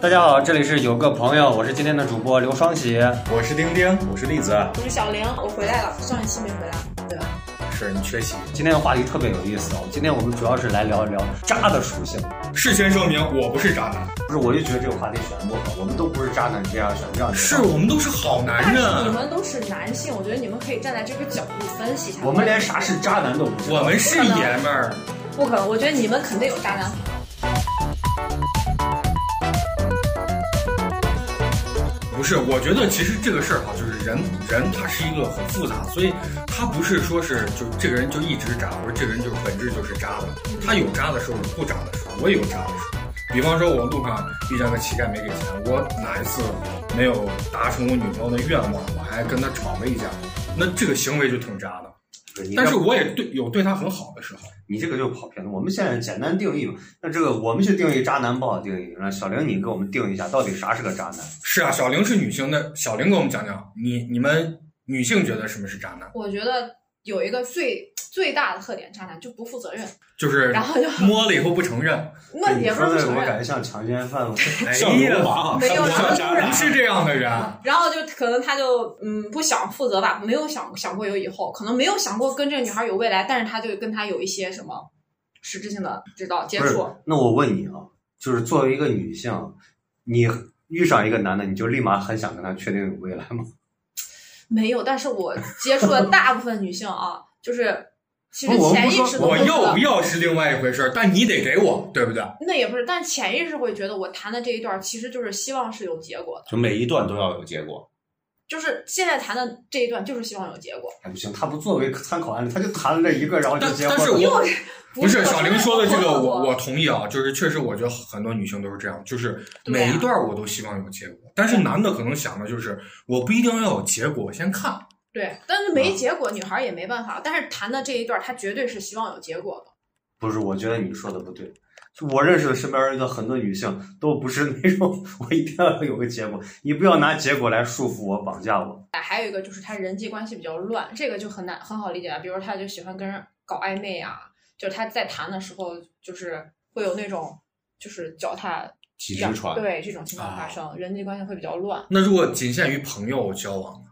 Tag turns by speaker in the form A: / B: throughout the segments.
A: 大家好，这里是有个朋友，我是今天的主播刘双喜。
B: 我是丁丁，我是栗子，
C: 我是小玲，我回来了，上一期没回来，对吧？
B: 是你缺席。
A: 今天的话题特别有意思哦，今天我们主要是来聊一聊渣的属性。
B: 事先声明，我不是渣男，
A: 不是，我就觉得这个话题选不好，我们都不是渣男，这样选这样的
B: 是我们都是好男
A: 哎
C: 但是你
B: 人，
C: 们都是男性，我觉得你们可以站在这个角度分析一下。
A: 我们连啥是渣男都不知道。
B: 我们是爷们儿。
C: 不可能，我觉得你们肯定有渣男。
B: 不是，我觉得其实这个事儿哈，就是人人他是一个很复杂，所以他不是说是就这个人就一直渣，或者这个人就是本质就是渣的。他有渣的时候，有不渣的时候，我也有渣的时候。比方说，我路上遇见个乞丐没给钱，我哪一次没有达成我女朋友的愿望，我还跟他吵了一架，那这个行为就挺渣的。
A: 你
B: 但是我也对有对他很好的时候。
A: 你这个就跑偏了。我们现在简单定义嘛，那这个我们去定义渣男不好定义。那小玲，你给我们定义一下，到底啥是个渣男？
B: 是啊，小玲是女性的，小玲给我们讲讲，你你们女性觉得什么是渣男？
C: 我觉得有一个最最大的特点，渣男就不负责任，
B: 就是
C: 然后就
B: 摸了以后不 承认，
C: 那
A: 嗯你
C: 也不
A: 说
C: 是负
A: 的
C: 责
A: 我
C: 任
A: 感，觉像强奸 犯。
B: 哎
D: 像流
B: 呀，
D: 氓啊，
C: 没有
D: 像
C: 了
D: 像渣
B: 不
D: 男，
B: 是这样的人。
A: 啊
C: 然后就可能他就嗯不想负责吧，没有想想过有以后，可能没有想过跟这个女孩有未来，但是他就跟她有一些什么实质性的知道接
A: 不是
C: 触。
A: 那我问你啊，就是作为一个女性，你遇上一个男的，你就立马很想跟他确定有未来吗？
C: 没有，但是我接触的大部分女性啊，就是其实
A: 不我们
C: 潜
A: 不
C: 意
A: 说
C: 识都
B: 我
C: 会觉
B: 要
C: 得
B: 不要是另外一回事儿，但你得给我，对不对？
C: 那也不是，但潜意识会觉得我谈的这一段其实就是希望是有结果的，
D: 就每一段都要有结果。
C: 就是现在谈的这一段就是希望有结果。
A: 哎，不行，他不作为参考案例，他就谈了这一个，然后就
B: 但
A: 结
B: 但
A: 婚
B: 是
A: 了。
B: 我不是
C: 我
B: 小玲说的这个，我
C: 我
B: 我同意啊，就是确实我觉得很多女性都是这样，就是
C: 对啊
B: 每一段我都希望有结果，但是男的可能想的就是我不一定要有结果，我先看。
C: 对，但是
B: 嗯
C: 没结果，女孩也没办法。但是谈的这一段，她绝对是希望有结果的。
A: 不是，我觉得你说的不对。就我认识的身边的很多女性，都不是那种我一定要有个结果，你不要拿结果来束缚我、绑架我。
C: 哎还有一个就是她人际关系比较乱，这个就很难很好理解了。啊比如她就喜欢跟人搞暧昧啊，就是她在谈的时候，就是会有那种就是脚踏
D: 几只船
C: 对这种情
B: 啊
C: 况发生，人际关系会比较乱。
B: 那如果仅限于朋友交往呢，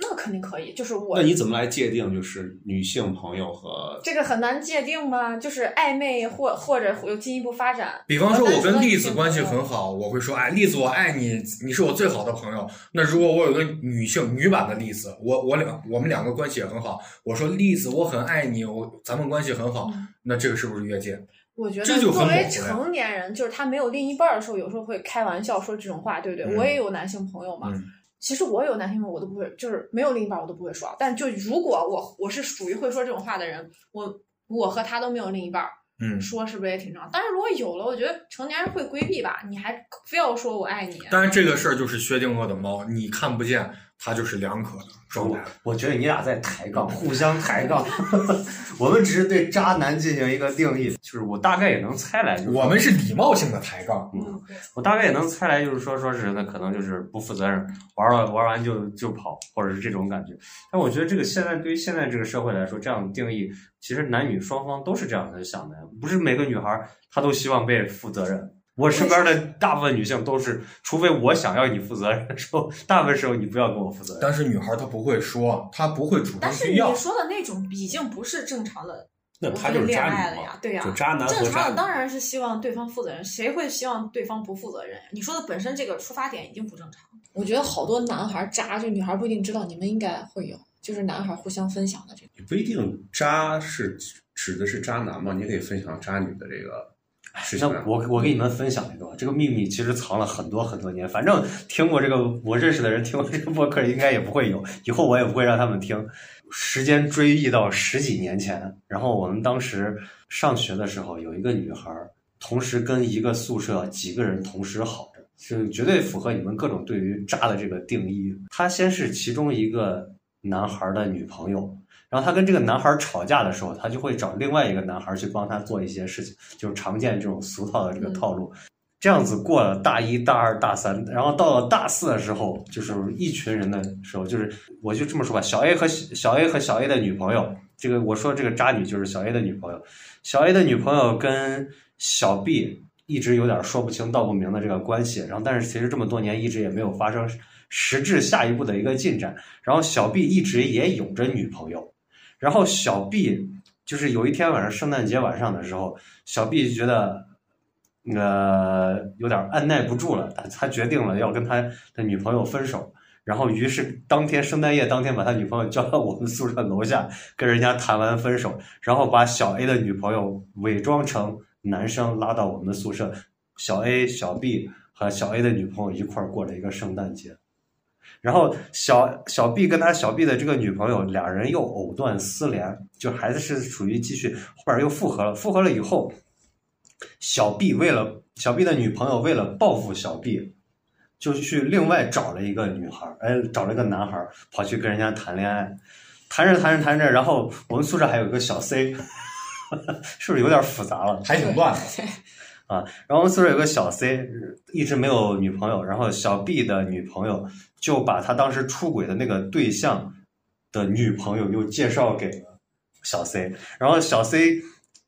C: 那肯定可以，就是我
D: 那你怎么来界定就是女性朋友和
C: 这个很难界定吧，就是暧昧或或者有进一步发展。
B: 比方说，我跟栗
C: 栗
B: 子关系很好，我会说，哎，栗子，我爱你，你是我最好的朋友。那如果我有个女性女版的栗子，我我两我们两个关系也很好，我说栗子，我很爱你，我咱们关系很好
C: 嗯，
B: 那这个是不是越界？
C: 我觉得
B: 这就很
C: 作为
B: 模糊了
C: 成年人，就是他没有另一半的时候，有时候会开玩笑说这种话，对不对？
B: 嗯
C: 我也有男性朋友嘛。
B: 嗯
C: 其实我有男性朋友，我都不会，就是没有另一半我都不会说。但就如果我我是属于会说这种话的人，我我和他都没有另一半，
B: 嗯，
C: 说是不是也挺正常？但是如果有了，我觉得成年人会规避吧，你还非要说我爱你，啊
B: 当然这个事儿就是薛定谔的猫，你看不见，它就是两可的状态。
A: 我觉得你俩在抬杠，互相抬杠。 我们只是对渣男进行一个定义，就是我大概也能猜来，就是
B: 我们是礼貌性的抬杠，
A: 嗯，我大概也能猜来，就是说，说是那可能就是不负责任，玩了玩完就就跑，或者是这种感觉。但我觉得这个现在对于现在这个社会来说，这样的定义，其实男女双方都是这样的想的，不是每个女孩儿她都希望被负责任。我身边的大部分女性都是，除非我想要你负责任的时候，大部分时候你不要跟我负责任。
B: 但是女孩她不会说，她不会主动
C: 但是
B: 去
C: 你
B: 要。
C: 说的那种已经不是正常的，
D: 那
C: 我
D: 他
C: 会
D: 就是
C: 恋
D: 渣
C: 爱
D: 女嘛
C: 了呀，？对呀、
D: 就渣男和
C: 正
D: 渣
C: 常的
D: 女。
C: 当然是希望对方负责任，谁会希望对方不负责任呀？你说的本身这个出发点已经不正常。我觉得好多男孩渣，就女孩不一定知道，你们应该会有，就是男孩互相分享的这个。
D: 也不一定渣是指的是渣男嘛？你可以分享渣女的这个
C: 哎
D: 事情
A: 那
D: 啊。
A: 我我给你们分享一个吧，这个秘密其实藏了很多很多年。反正听过这个，我认识的人听过这个播客，应该也不会有，以后我也不会让他们听。时间追忆到十几年前，然后我们当时上学的时候，有一个女孩儿，同时跟一个宿舍几个人同时好着，是绝对符合你们各种对于渣的这个定义。她先是其中一个男孩儿的女朋友，然后她跟这个男孩儿吵架的时候，她就会找另外一个男孩儿去帮她做一些事情，就是常见这种俗套的这个套路。这样子过了大一、大二、大三，然后到了大四的时候，就是一群人的时候，就是我就这么说吧，小 A 和小 A 和小 A 的女朋友，这个我说这个渣女就是小 A 的女朋友，小 A 的女朋友跟小 B 一直有点说不清道不明的这个关系，然后但是其实这么多年一直也没有发生实质下一步的一个进展。然后小 B 一直也有着女朋友，然后小 B 就是有一天晚上圣诞节晚上的时候，小 B 觉得呃有点按耐不住了，他他决定了要跟他的女朋友分手。然后，于是当天圣诞夜当天把他女朋友叫到我们宿舍楼下，跟人家谈完分手，然后把小 A 的女朋友伪装成男生拉到我们宿舍，小 A、小 B 和小 A 的女朋友一块儿过了一个圣诞节。然后小小 B 跟他小 B 的这个女朋友俩人又藕断丝连，就还是属于继续，后边又复合了。复合了以后，小 B 为了小 B 的女朋友为了报复小 B，就去另外找了一个女孩儿，哎，找了一个男孩儿，跑去跟人家谈恋爱，谈着谈着谈着，然后我们宿舍还有一个小 C，是不是有点复杂了？
B: 还挺乱的。
A: 啊，然后宿舍有个小 C 一直没有女朋友，然后小 B 的女朋友就把他当时出轨的那个对象的女朋友又介绍给了小 C，然后小 C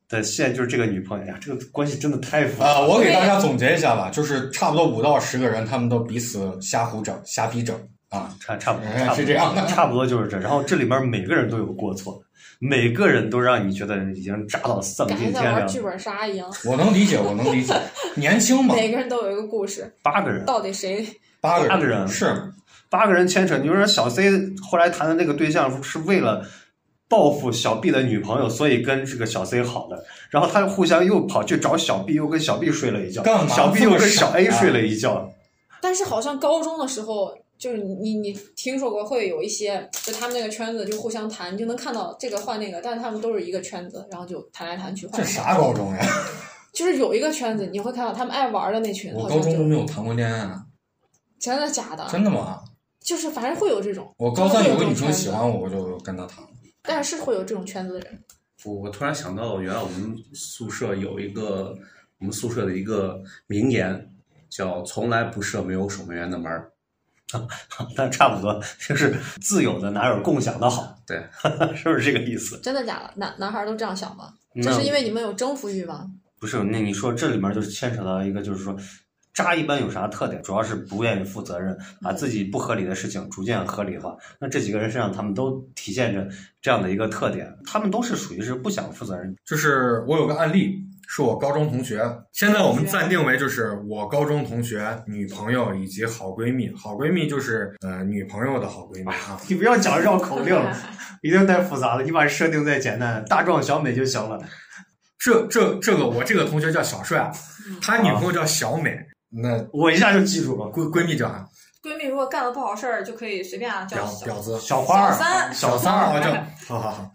A: 的现就是这个女朋友，哎呀，这个关系真的太复杂
B: 啊，
A: 了。
B: 我给大家总结一下吧，就是差不多五到十个人，他们都彼此瞎胡整、瞎逼整啊。
A: 差差不多差
B: 哎
A: 不多
B: 是这样 的
A: 差不多就是这。然后这里面每个人都有过错，每个人都让你觉得已经渣到丧
C: 感觉
A: 尽
C: 在
A: 天
C: 玩
A: 良。
C: 剧本杀一样，
B: 我能理解，我能 理解，年轻嘛，
C: 每个人都有一个故事，
A: 八个人，
C: 到底谁？
B: 八个
A: 八个人
B: 是
A: 八个人牵扯。你说小 C 后来谈的那个对象是为了报复小 B 的女朋友，所以跟这个小 C 好的，然后他互相又跑去找小 B，又跟小 B 睡了一觉
B: 干，嘛
A: 小 B
B: 这
A: 又
B: 么啊
A: 跟小 A
B: 傻呀
A: 睡了一觉。
C: 但是好像高中的时候，就是你你听说过会有一些，就他们那个圈子就互相谈，你就能看到这个换那个，但是他们都是一个圈子，然后就谈来谈去，
B: 这
C: 换来换去。
B: 啥高中呀？
C: 就是有一个圈子，你会看到他们爱玩的那群，
B: 我
C: 好
B: 高
C: 像
B: 中都
C: 就
B: 没有谈过恋爱啊，
C: 真的假的，
B: 真的吗？
C: 就是反正会有这种。
B: 我高三有个女生喜欢我，我就跟她谈了。
C: 但是会有这种圈子的人，
E: 我我突然想到，原来我们宿舍有一个我们宿舍的一个名言，叫“从来不设没有守门员的门儿
A: 那差不多就是自有的哪有共享的好，
E: 对，
A: 是不是这个意思？
C: 真的假的？男男孩都这样想吗？这
A: 那
C: 是因为你们有征服欲吗？
A: 不是，那你说这里面就是牵扯到一个，就是说，渣一般有啥特点？主要是不愿意负责任，把
C: 嗯
A: 自己不合理的事情逐渐合理化。那这几个人身上，他们都体现着这样的一个特点，他们都是属于是不想负责任。
B: 就是我有个案例，是我高中同学。现在我们暂定为就是我高中同学、女朋友以及好闺蜜。好闺蜜就是呃女朋友的好闺蜜啊。
A: 你不要讲绕口令 了，一定太复杂了。你把设定再简单，大壮小美就行了。
B: 这这这个我这个同学叫小帅啊
C: 嗯，
B: 他女朋友叫小美，那
A: 我一下就记住了，
B: 闺闺蜜叫啥？
C: 闺蜜如果干了不好事儿，就可以随便啊
B: 婊婊子。
A: 小花儿、
C: 小三
A: 小
B: 三儿啊，这好好好，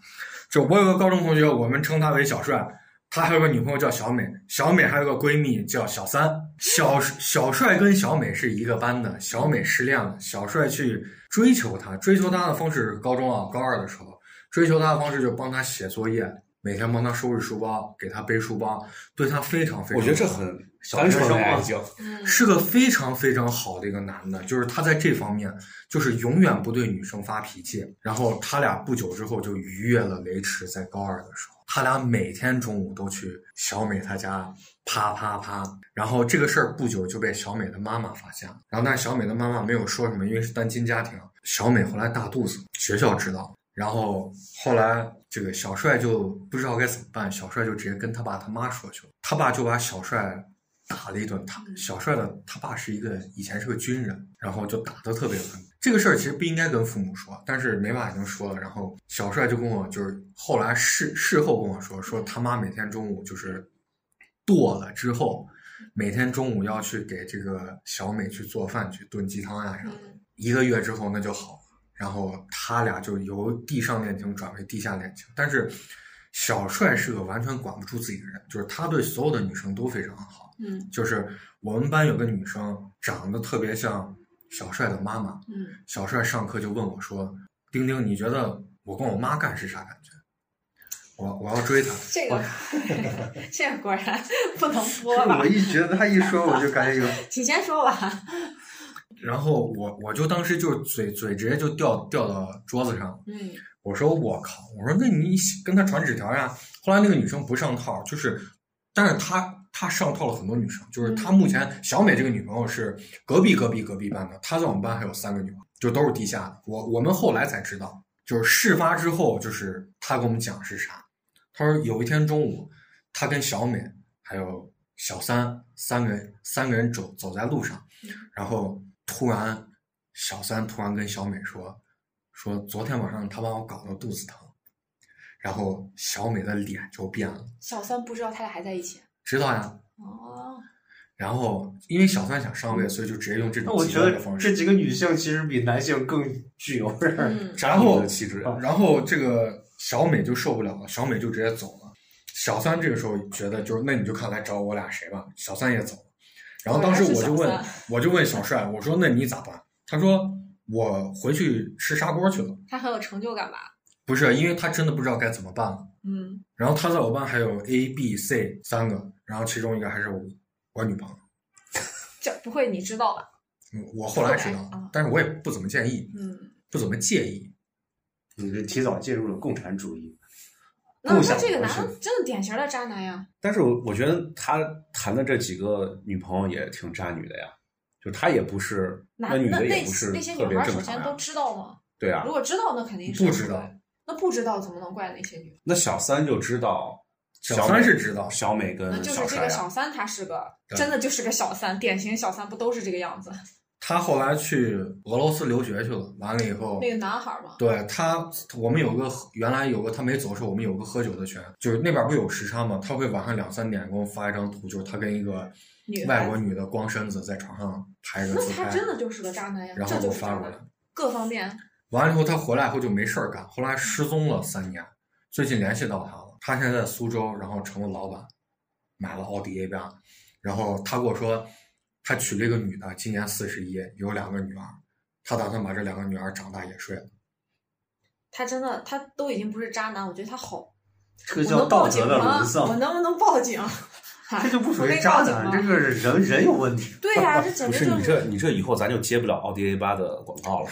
B: 就我有个高中同学，我们称他为小帅，他还有个女朋友叫小美，小美还有个闺蜜叫小三。小小帅跟小美是一个班的，小美失恋了，小帅去追求她，追求她的方式，高中啊，高二的时候，追求她的方式就帮她写作业，每天帮她收拾书包，给她背书包，对她非常非常好。
E: 我觉得这很哎小
A: 单
E: 学
A: 纯
E: 生
A: 啊
E: 已经。
C: 嗯，
B: 是个非常非常好的一个男的，就是他在这方面就是永远不对女生发脾气。然后他俩不久之后就逾越了雷池，在高二的时候，他俩每天中午都去小美她家啪啪啪。然后这个事儿不久就被小美的妈妈发现了，然后但是小美的妈妈没有说什么，因为是单亲家庭。小美后来大肚子，学校知道，然后后来这个小帅就不知道该怎么办，小帅就直接跟他爸他妈说去了，他爸就把小帅打了一顿。他小帅的他爸是一个以前是个军人，然后就打得特别狠。这个事儿其实不应该跟父母说，但是没办法已经说了。然后小帅就跟我就是后来事事后跟我说，说他妈每天中午就是剁了之后，每天中午要去给这个小美去做饭，去炖鸡汤呀、啥的。
C: 嗯
B: 一个月之后那就好了，然后他俩就由地上恋情转为地下恋情。但是小帅是个完全管不住自己的人，就是他对所有的女生都非常好。
C: 嗯
B: 就是我们班有个女生长得特别像小帅的妈妈，
C: 嗯，
B: 小帅上课就问我说：“丁丁，你觉得我跟我妈干是啥感觉？”我我要追她，
C: 这个这个果然不能播吧
A: 我？一觉得他一说，我就感觉有
C: 你先说吧。
B: 然后我我就当时就嘴嘴直接就掉掉到桌子上了。
C: 嗯
B: 我说我靠，我说那你跟他传纸条呀？后来那个女生不上套，就是，但是她他上套了很多女生，就是他目前小美这个女朋友是隔壁隔壁隔壁班的，他在我们班还有三个女孩，就都是地下的。我我们后来才知道，就是事发之后，就是他跟我们讲是啥，他说有一天中午，他跟小美还有小三三个人三个人走走在路上，然后突然小三突然跟小美说说昨天晚上他把我搞得肚子疼，然后小美的脸就变了，
C: 小三不知道他俩还在一起。
B: 知道呀。
C: 哦，
B: 然后因为小三想上位，所以就直接用 这
A: 那
B: 种
A: 我
B: 极
A: 觉
B: 端
A: 得
B: 的方
A: 这
B: 式。
A: 几个女性其实比男性更具有 让人
C: 嗯，
B: 然后
E: 的气质，
A: 啊
B: 然后这个小美就受不了了，小美就直接走了。小三这个时候觉得就是那你就看来找我俩谁吧，小三也走了。然后当时我就
C: 果
B: 问
C: 然是小，
B: 我就问小帅，我说那你咋办？他说我回去吃砂锅去了，
C: 他很有成就感吧？
B: 不是因为他真的不知道该怎么办了。
C: 嗯，
B: 然后他在我班还有 A、B、C 三个，然后其中一个还是我我女朋友，
C: 这不会你知道吧？
B: 嗯我后来知道
C: 后来啊
B: 了，但是我也不怎么建议，
C: 嗯，
B: 不怎么介意。
A: 你就提早介入了共产主义。
C: 那
A: 共
C: 那
A: 享
C: 这个
A: 模
C: 男
A: 式
C: 的真的典型的渣男呀。
E: 但是我我觉得他谈的这几个女朋友也挺渣女的呀，就他也不是，
C: 男
E: 女
C: 那
E: 的也
C: 那
E: 不是
C: 那些
E: 特
C: 女
E: 别
C: 孩首
E: 正
C: 先
E: 常
C: 都
E: 呀，
C: 知道吗？
E: 对啊
C: 如。果知道，那肯定是
B: 不知道。
C: 那不知道怎么能怪那些女？
E: 那小三就知道，
B: 小三
E: 美
B: 是知道
E: 小美
C: 那
E: 跟
C: 就
E: 呃小
C: 是这
E: 帅
C: 个
E: 呀
C: 小，三，他是个
B: 对
C: 真的就是个小三，典型小三不都是这个样子？
B: 他后来去俄罗斯留学去了，完了以后，
C: 那个男孩嘛，
B: 对他，我们有个原来有个他没走的时候，我们有个喝酒的群，就是那边不有时差嘛，他会晚上两三点给我发一张图，就是他跟一个
C: 女
B: 外
C: 孩
B: 国
C: 子，
B: 女的光身子在床上拍着
C: 那
B: 自
C: 他
B: 拍，
C: 真的就是个渣男呀，
B: 然后
C: 这
B: 给
C: 就
B: 我
C: 是渣
B: 发过来
C: 男，。各方面
B: 完了以后，他回来以后就没事儿干，后来失踪了三年，最近联系到他了。他现在在苏州，然后成了老板，买了奥迪 A 八。然后他跟我说，他娶了一个女的，今年四十一，有两个女儿，他打算把这两个女儿长大也睡了。
C: 他真的他都已经不是渣男，我觉得他好，
A: 这
C: 我
A: 个叫
C: 能
A: 道
C: 报警
A: 德的沦
C: 吗？我
A: 丧，
C: 能不能报警？哎
A: 这就不属
C: 我
A: 于
C: 被
A: 渣
C: 报警
A: 男，
C: 吗
A: 这个是人人有问题。
C: 对呀、这简
E: 不
C: 直
E: 是
C: 就
E: 你这你这以后咱就接不了奥迪 A 八的广告了。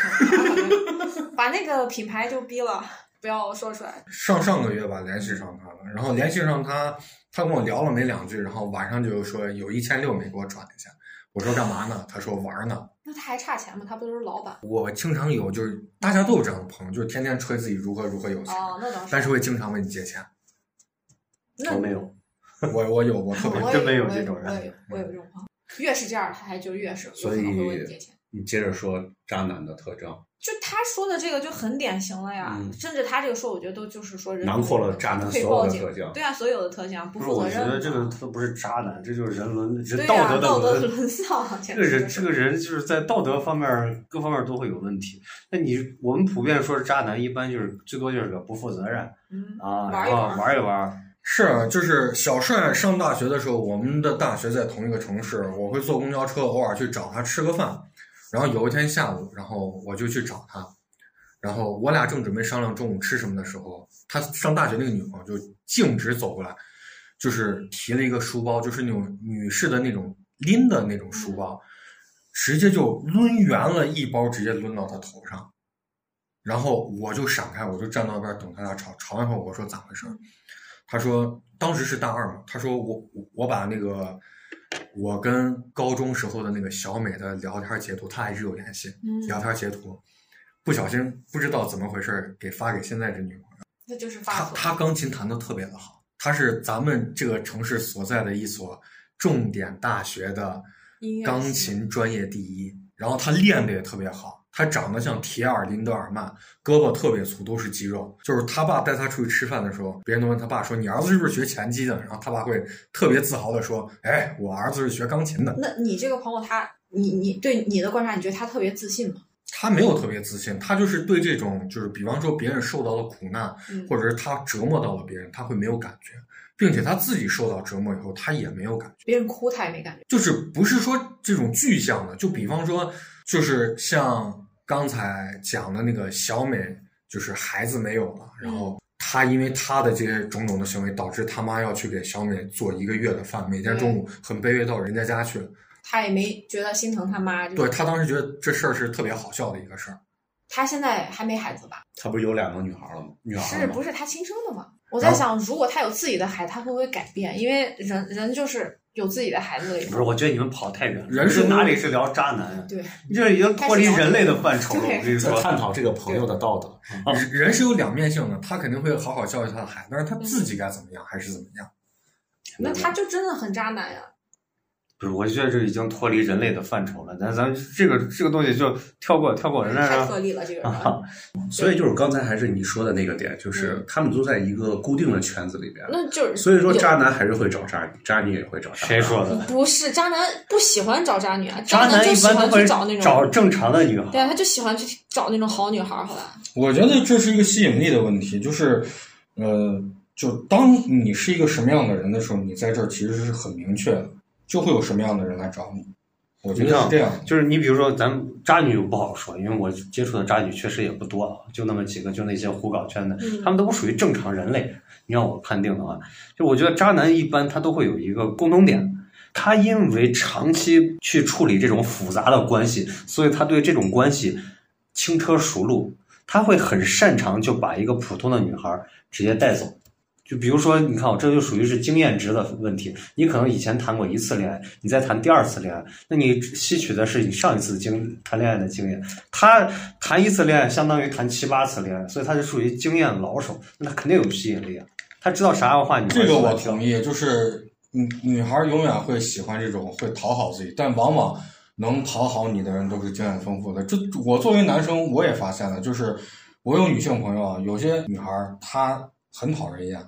C: 把那个品牌就逼了，不要说出来。
B: 上上个月吧，联系上他了，然后联系上他，他跟我聊了没两句，然后晚上就说有一千六没给我转一下，我说干嘛呢？他说玩儿呢。
C: 那他还差钱吗？他不都是老板？
B: 我经常有，就是大家都有这样的朋友，就是天天吹自己如何如何有钱，
C: 哦，那倒是。
B: 但是会经常问你借钱。
C: 那
A: 我没有，
B: 我我有，我特别
C: 我
A: 真
C: 也
A: 没有
C: 我也
A: 这种人嗯
C: 我也有我也有这种朋友，越是这样，他还就越是有
E: 所
C: 可
E: 以
C: 能会问你借钱。
E: 你接着说渣男的特征，
C: 就他说的这个就很典型了呀，
E: 嗯
C: 甚至他这个说，我觉得都就是说人
E: 囊括了渣男
C: 可以
E: 所有
C: 报
E: 的
C: 警
E: 特征
C: 对啊，所有的特性啊，不
A: 不是，
C: 负责
A: 我觉
C: 任啊，
A: 得这个都不是渣男，这就是人伦人
C: 对
A: 道
C: 呀、
A: 德
C: 道
A: 的
C: 德
A: 沦。
C: 沦丧，啊这
A: 这个人，这个人就是在道德方面各方面都会有问题。那你我们普遍说渣男，一般就是最多就是个不负责任
C: 嗯，
A: 啊，
C: 玩一
A: 然后
C: 玩
A: 玩一玩，
B: 是啊，就是小帅上大学的时候，我们的大学在同一个城市，我会坐公交车，偶尔去找他吃个饭。然后有一天下午，然后我就去找他，然后我俩正准备商量中午吃什么的时候，他上大学那个女朋友就径直走过来，就是提了一个书包，就是那种女士的那种拎的那种书包，直接就抡圆了一包，直接抡到他头上。然后我就闪开，我就站到那边等他俩吵，吵完后我说咋回事儿？他说当时是大二嘛，他说我我我把那个我跟高中时候的那个小美的聊天截图，他还是有联系，
C: 嗯
B: 聊天截图不小心不知道怎么回事儿给发给现在这女朋友。
C: 那就是发
B: 她
C: 错。
B: 她钢琴弹得特别的好，她是咱们这个城市所在的一所重点大学的
C: 音乐系
B: 钢琴专业第一，然后她练得也特别好。她长得像铁尔林德尔曼，胳膊特别粗，都是肌肉。就是他爸带他出去吃饭的时候，别人都问他爸说：“你儿子是不是学拳击的？”然后他爸会特别自豪的说：“哎，我儿子是学钢琴的。”
C: 那你这个朋友他，你你对你的观察，你觉得他特别自信吗？
B: 他没有特别自信，他就是对这种就是比方说别人受到了苦难，
C: 嗯
B: 或者是他折磨到了别人，他会没有感觉，并且他自己受到折磨以后，他也没有感觉，
C: 别人哭他也没感觉。
B: 就是不是说这种具象的，就比方说就是像刚才讲的那个小美，就是孩子没有了，然
C: 嗯
B: 后她因为她的这些种种的行为，导致他妈要去给小美做一个月的饭，每天中午很卑微到人家家去，
C: 他也没觉得心疼他妈，就是
B: 对她当时觉得这事儿是特别好笑的一个事儿。
C: 他现在还没孩子吧？
E: 他不是有两个女孩了吗？女孩
C: 是
E: 了吗
C: 不是他亲生的吗？我在想，如果他有自己的孩子，他会不会改变？因为人人就是有自己的孩子了以
A: 不
C: 后，
A: 是，我觉得你们跑太远了，
F: 人
A: 这
F: 生中
A: 哪里是聊渣男啊？
C: 对，
A: 这已经脱离人类的范畴了。
C: 开始聊
A: 我跟你
E: 在
A: 说，
E: 探讨这个朋友的道德。
F: 人人是有两面性的，他肯定会好好教育他的孩子，但是他自己该怎么样还是怎么样。
C: 那他就真的很渣男呀、
A: 不是，我觉得这已经脱离人类的范畴了。咱咱这个这个东西就跳过跳过人家
C: 太
A: 啊。
C: 特例了，这个人。
E: 所以就是刚才还是你说的那个点，就是他们都在一个固定的圈子里边，
C: 嗯那就是
E: 所以说
C: 有
E: 渣男还是会找渣女，渣女也会找渣男。
A: 谁说的？
C: 不是渣男不喜欢找渣女啊，
A: 渣
C: 男
A: 男
C: 就
A: 一
C: 喜
A: 般都
C: 欢
A: 会
C: 去找那种，
A: 找正常的女孩。
C: 对啊，他就喜欢去找那种好女孩儿，好吧？
B: 我觉得这是一个吸引力的问题，就是，呃，就当你是一个什么样的人的时候，你在这儿其实是很明确的，就会有什么样的人来找你。我觉
A: 你
B: 得
A: 看
B: 是这样的。
A: 就是你比如说，咱渣女不好说，因为我接触的渣女确实也不多啊，就那么几个，就那些胡搞圈的，
C: 嗯
A: 他们都不属于正常人类。你让我判定的话，就我觉得渣男一般他都会有一个共同点，他因为长期去处理这种复杂的关系，所以他对这种关系轻车熟路，他会很擅长就把一个普通的女孩儿直接带走。就比如说，你看我这就属于是经验值的问题。你可能以前谈过一次恋爱，你再谈第二次恋爱，那你吸取的是你上一次经谈恋爱的经验。他谈一次恋爱相当于谈七八次恋爱，所以他就属于经验老手，那他肯定有吸引力啊。他知道啥样话你
B: 这个我
A: 听。
B: 同意，就是女女孩永远会喜欢这种会讨好自己，但往往能讨好你的人都是经验丰富的。这我作为男生我也发现了，就是我有女性朋友啊，有些女孩儿她很讨人厌，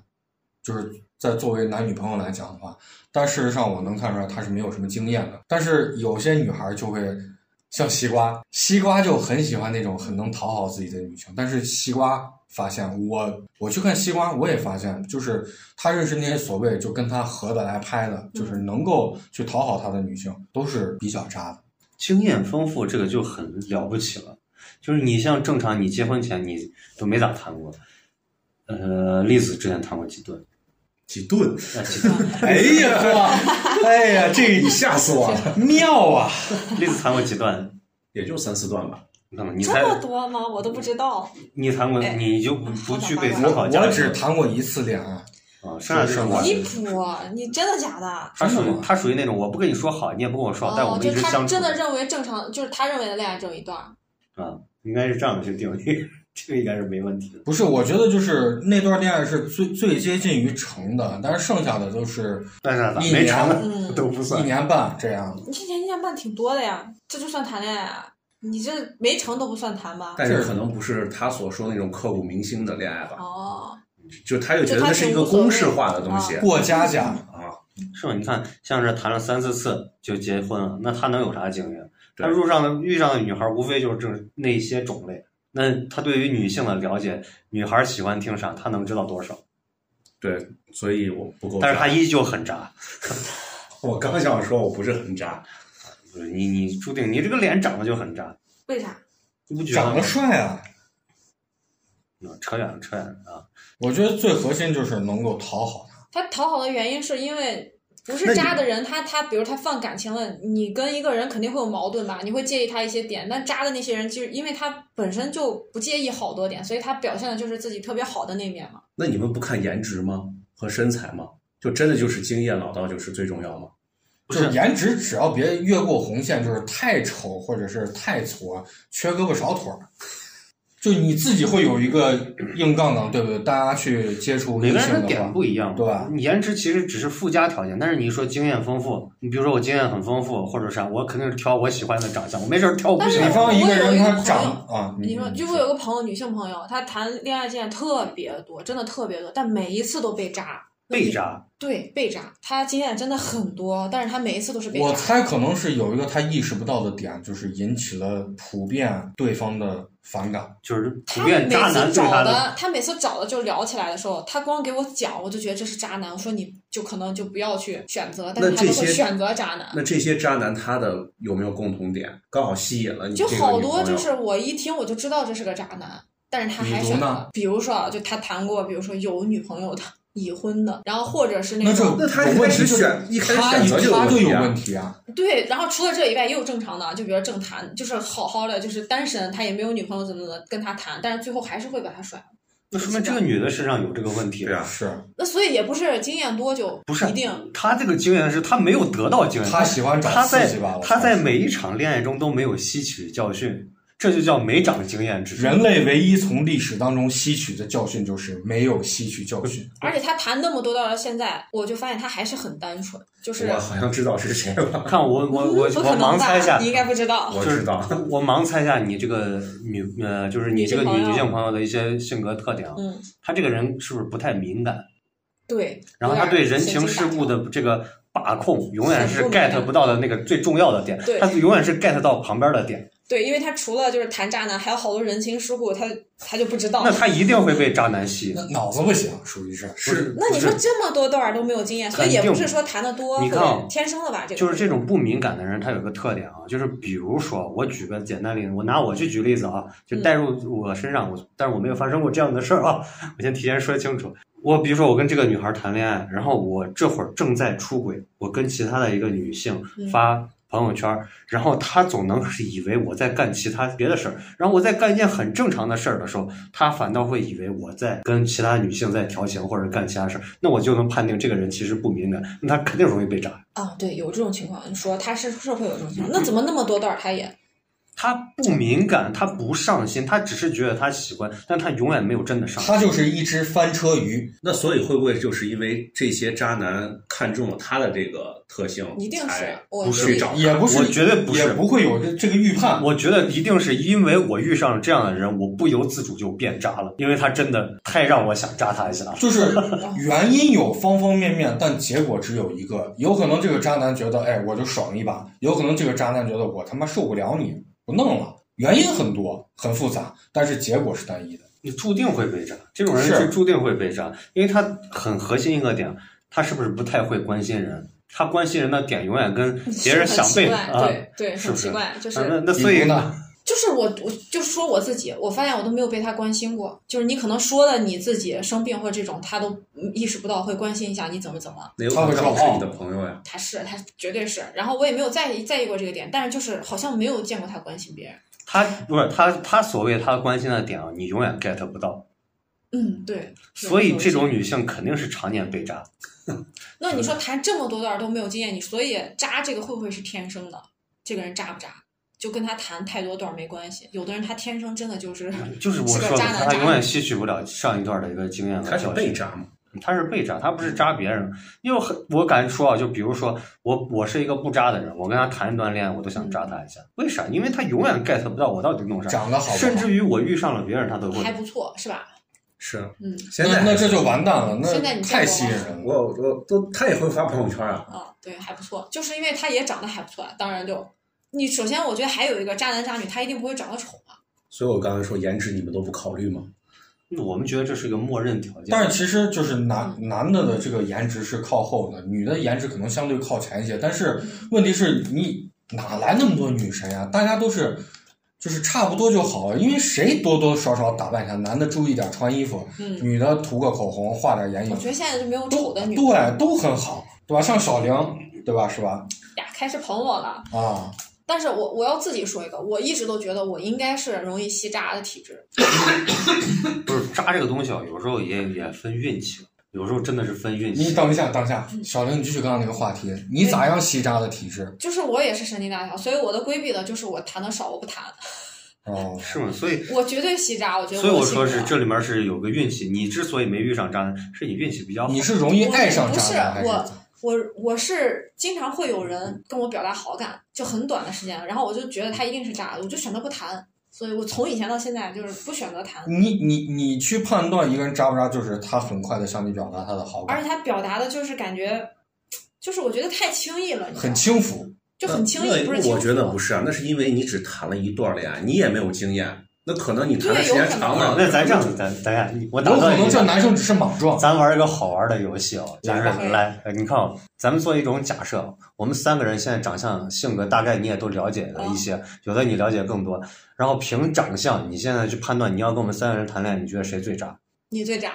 B: 就是在作为男女朋友来讲的话，但事实上我能看出来她是没有什么经验的。但是有些女孩儿就会。像西瓜，西瓜就很喜欢那种很能讨好自己的女性，但是西瓜发现我，我去看西瓜，我也发现，就是他认识那些所谓就跟他合得来拍的，就是能够去讨好他的女性，都是比较渣的。
A: 经验丰富这个就很了不起了。就是你像正常，你结婚前你都没咋谈过，呃，栗子之前谈过几顿，
E: 几顿？
A: 那几顿，
B: 哎呀，是吧？ 哎呀，这你吓死我了！妙 啊！
A: 栗子谈过几段？
E: 也就三四段吧。
A: 你看吧， 你
C: 这
A: 才
C: 么多吗？我都不知道。
A: 你谈过，
C: 哎
A: 你就不不具备
B: 我
A: 参考价值。
B: 我只谈过一次恋爱，
A: 啊，剩下就是我
C: 离谱！你真的假的？
A: 他属
B: 真的
A: 于
B: 吗
A: 他属于那种我不跟你说好，你也不跟我说好，但我
C: 哦，
A: 们
C: 就
A: 一
C: 是
A: 直
C: 他
A: 相处
C: 真的认为正常，就是他认为的恋爱只有一段儿。
A: 啊，应该是这样的去定义， 这个应该是没问题的。
B: 不是，我觉得就是那段恋爱是最最接近于成的，但是剩下的都是
A: 但是咋啊
B: 一
A: 没成
B: 年
C: 嗯，
A: 都不
B: 一
A: 算。
B: 年半这样的。
C: 你一年一年半挺多的呀，这就算谈恋爱啊？你这没成都不算谈吧？
E: 但是可能不是他所说那种刻骨铭心的恋爱吧，
C: 哦，
E: 就他就觉得那是一个公式化的东西
C: 就
B: 过家家，
E: 啊。
A: 是吧？你看，像是谈了三四次就结婚了，那他能有啥经验？
E: 对
A: 他入上的遇上的女孩，无非就是这那些种类。那他对于女性的了解，女孩喜欢听啥，他能知道多少？
E: 对，所以我不够渣。
A: 但是他依旧很渣。
E: 我刚想说我不是很渣，
A: 不是你你注定你这个脸长得就很渣，
C: 为啥？
A: 你不觉得
B: 长得
A: 吗？
B: 帅啊！
A: 啊扯远了，扯远了啊！
B: 我觉得最核心就是能够讨好他。
C: 他讨好的原因是因为不
B: 那
C: 是
B: 你
C: 渣的人，他他比如他犯感情了，你跟一个人肯定会有矛盾吧，你会介意他一些点。但渣的那些人，就是因为他本身就不介意好多点，所以他表现的就是自己特别好的那面嘛。
E: 那你们不看颜值吗？和身材吗？就真的就是经验老道就是最重要吗？
A: 不
B: 就是是颜值，只要别越过红线，就是太丑或者是太矬，缺胳膊少腿儿，就你自己会有一个硬杠杠，对不对？大家去接触
A: 每
B: 异
A: 个人
B: 性
A: 的
B: 的
A: 点
B: 话，
A: 不一样，
B: 对吧？
A: 你颜值其实只是附加条件，但是你说经验丰富，你比如说我经验很丰富，或者啥，我肯定是挑我喜欢的长相，我没事儿挑我不
C: 但
A: 喜
C: 是
B: 比
A: 欢的。
B: 方一个人
C: 我有
B: 他
C: 一个
B: 长啊，
C: 你说，就我有个朋友，女性朋友，她谈恋爱经验特别多，真的特别多，但每一次都被渣。
A: 被渣，
C: 对，被渣，她经验真的很多，但是她每一次都是被
B: 我
C: 渣。
B: 猜可能是有一个他意识不到的点，就是引起了普遍对方的反感。
A: 就是普
C: 他
A: 遍
C: 每
A: 渣男
C: 次
A: 对他
C: 找
A: 的，
C: 的，他每次找的就聊起来的时候，他光给我讲，我就觉得这是渣男。我说你就可能就不要去选择，但
E: 那
C: 是他
E: 这
C: 就会
E: 些嗯
C: 选择渣男。
E: 那这些渣男他的有没有共同点？刚好吸引了你
C: 就
E: 这个
C: 好
E: 女
C: 多
E: 朋
C: 就
E: 友
C: 是我一听我就知道这是个渣男，但是他还
B: 比如
C: 选
B: 呢
C: 了，比如说啊，就他谈过，比如说有女朋友的、已婚的，然后或者是
B: 那就
C: 种
E: 那他
B: 有
E: 一
B: 问
E: 开
B: 题
E: 始
B: 就
E: 选一开始
B: 他
E: 选择就有
B: 他就
E: 问题
B: 有
E: 啊
B: 问题啊。
C: 对，然后除了这以外，也有正常的，就比如正谈，就是好好的，就是单身，他也没有女朋友，怎么怎么跟他谈，但是最后还是会把他甩了。
A: 那说明这个女的身上有这个问题。
E: 对啊，
B: 是
C: 那所以也不是经验多就
A: 不是
C: 一定。
A: 她这个经验是她没有得到经验，
B: 他喜欢找
A: 她
B: 刺
A: 在
B: 激吧？我
A: 她在
B: 猜是
A: 每一场恋爱中都没有吸取教训，这就叫没长经验之
B: 人类唯一从历史当中吸取的教训就是没有吸取教训。
C: 而且他谈那么多到了现在，我就发现他还是很单纯，就是
E: 我好像知道是谁了，
A: 看我我我我
C: 不可
A: 盲
C: 能
A: 猜一
C: 吧？
A: 下
C: 你，应该不知道。
E: 我
A: 就是
E: 知道。
A: 我盲猜一下你这个女呃，就是你这个
C: 女性
A: 女
C: 朋友
A: 女性朋友的一些性格特点啊。
C: 嗯，
A: 她这个人是不是不太敏感？
C: 对。
A: 然后
C: 有
A: 她对
C: 点
A: 人
C: 神
A: 情
C: 经
A: 世
C: 大
A: 故的这个把控，永远是
C: 很不敏
A: get
C: 感
A: 不到的那个最重要的点
C: 对，
A: 她永远是 get 到旁边的点，
C: 对，因为他除了就是谈渣男，还有好多人情世故，他他就不知道。
A: 那她一定会被渣男吸引。
B: 那脑子不行，属于是
G: 是
C: 那你说这么多段儿都没有经验，所以也不是说谈的多
A: 肯
C: 或
A: 定你看啊
C: 者天生的吧？这个
A: 就是这种不敏感的人，他有个特点啊，就是比如说，我举个简单例子，我拿我去举例子啊，就
C: 嗯
A: 带入我身上，我但是我没有发生过这样的事儿啊，我先提前说清楚。我比如说，我跟这个女孩谈恋爱，然后我这会儿正在出轨，我跟其他的一个女性
C: 嗯
A: 发朋友圈儿，然后她总能是以为我在干其他别的事儿，然后我在干一件很正常的事儿的时候，她反倒会以为我在跟其他女性在调情或者干其他事儿，那我就能判定这个人其实不敏感，那他肯定容易被渣。
C: 啊，对，有这种情况。你说他是是会有这种情况，那怎么那么多段儿他也
A: 他不敏感，他不上心，他只是觉得他喜欢，但他永远没有真的上心。
B: 他就是一只翻车鱼，
E: 那所以会不会就是因为这些渣男看中了他的这个特性，
C: 一定是
E: 才
C: 我
E: 不
C: 觉得
E: 去找
B: 也不是，
A: 我绝对不是
B: 也不会有这这个预判。
A: 我觉得一定是因为我遇上了这样的人，我不由自主就变渣了，因为他真的太让我想渣他一下了。
B: 就是原因有方方面面，但结果只有一个。有可能这个渣男觉得，哎，我就爽一把；有可能这个渣男觉得，我他妈受不了你，不弄了。原因很多，很复杂，但是结果是单一的。
A: 你注定会被渣，这种人
B: 是
A: 就注定会被渣，因为他很核心一个点，他是不是不太会关心人？他关心人的点永远跟别人想被
C: 很奇怪
A: 啊。
C: 对对，
A: 是
C: 很
A: 不是
C: 奇怪，就是
A: 啊那那所
B: 比
A: 以
B: 如呢？
C: 就是我，我就说我自己，我发现我都没有被他关心过。就是你可能说了你自己生病或者这种，他都嗯意识不到，会关心一下你怎么怎么。
E: 那有
B: 他
E: 可
B: 会
E: 能
B: 找
E: 他不是你的朋友呀？
C: 他是他绝对是，然后我也没有在意在意过这个点，但是就是好像没有见过他关心别人。
A: 他不是他，他所谓他关心的点啊，你永远 get 不到，
C: 嗯，对。
A: 所以这种
C: 有有
A: 女嗯性肯定是常年被渣。
C: 那你说谈这么多段都没有经验，你所以渣这个会不会是天生的？这个人渣不渣，就跟他谈太多段没关系。有的人他天生真的就是
A: 嗯就是 我
C: 是个
A: 说的，
C: 渣男
A: 他
C: 渣
A: 永远
C: 女
A: 吸取不了上一段的一个经验和
E: 他是
A: 教
E: 被
A: 训。
E: 渣嘛？
A: 他是被渣，他不是渣别人。因为很，我敢说啊，就比如说我，我是一个不渣的人，我跟他谈一段恋爱，我都想渣他一下。为啥？因为他永远 get 不到我到底
C: 啊
A: 弄啥，
B: 长得好不好，
A: 甚至于我遇上了别人，他都会
C: 还不错，是吧？
E: 是，
C: 嗯
E: 现
B: 那
E: 在
B: 那这就完蛋了，
C: 现在
B: 那
C: 你
B: 太
C: 见过
B: 吸引
C: 吗
B: 人了。
E: 我我都他也会发朋友圈啊。
C: 啊，对，还不错，就是因为他也长得还不错，啊当然就你首先我觉得还有一个渣男渣女，他一定不会长得丑嘛。
E: 所以我刚才说颜值你们都不考虑吗？
A: 我们觉得这是一个默认条件。
B: 但是其实就是男
C: 嗯
B: 男的的这个颜值是靠后的，女的颜值可能相对靠前一些。但是问题是你哪来那么多女神呀、啊大家都是就是差不多就好了，因为谁多多少少打扮一下，男的注意点穿衣服，
C: 嗯，
B: 女的涂个口红，画点眼
A: 嗯
C: 我
B: 影，
C: 觉得现在就没有
B: 都
C: 丑的女的
B: 对都很好，对吧？像小玲，对吧？是吧？
C: 呀，开始捧我了。
B: 啊，
C: 但是我我要自己说一个，我一直都觉得我应该是容易吸渣的体质。
A: 不是渣这个东西啊，有时候也也分运气，有时候真的是分运
B: 你
A: 气。
B: 等一下，等一下，
C: 嗯
B: 小玲，你继续刚刚那个话题，你咋样吸渣的体质？
C: 就是我也是神经大条，所以我的规避的就是我谈的少，我不谈。
B: 哦，
A: 是吗？所以，
C: 我绝对吸渣，我觉得。
A: 所以我
C: 我
A: 说是
C: 幸运
A: 这里面是有个运气。你之所以没遇上渣男，是你运气比较好。
B: 你是容易爱上渣男还
C: 不是
B: 是？
C: 我我是经常会有人跟我表达好感，就很短的时间，然后我就觉得他一定是渣，我就选择不谈。所以我从以前到现在就是不选择谈，
B: 你你你去判断一个人渣不渣，就是他很快的向你表达他的好
C: 而
B: 感，
C: 且他表达的就是感觉，就是我觉得太轻易了，你知道吗
B: 很轻浮。
C: 就很轻易，
E: 那
C: 不是轻
E: 我觉得不
C: 是。
E: 是啊，那是因为你只谈了一段恋爱，你也没有经验。那可能你谈的
C: 对
E: 时间
C: 有可能
E: 长
A: 啊
E: 了，
A: 那咱这样子，咱咱俩，你我打
B: 有可
A: 断你
B: 能
A: 一下
B: 这。男生只是莽撞，
A: 咱玩一个好玩的游戏啊，就是
C: 来吧
A: 来，呃你看啊，咱们做一种假设，哦我们三个人现在长相、性格大概你也都了解了一些，有的你了解更多。然后凭长相，你现在去判断你要跟我们三个人谈恋爱，你觉得谁最渣？
C: 你最渣，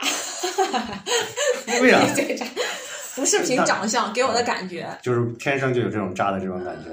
A: 为啥
C: 你？最渣，不是凭长相给我的感觉，
A: 就是天生就有这种渣的这种感觉。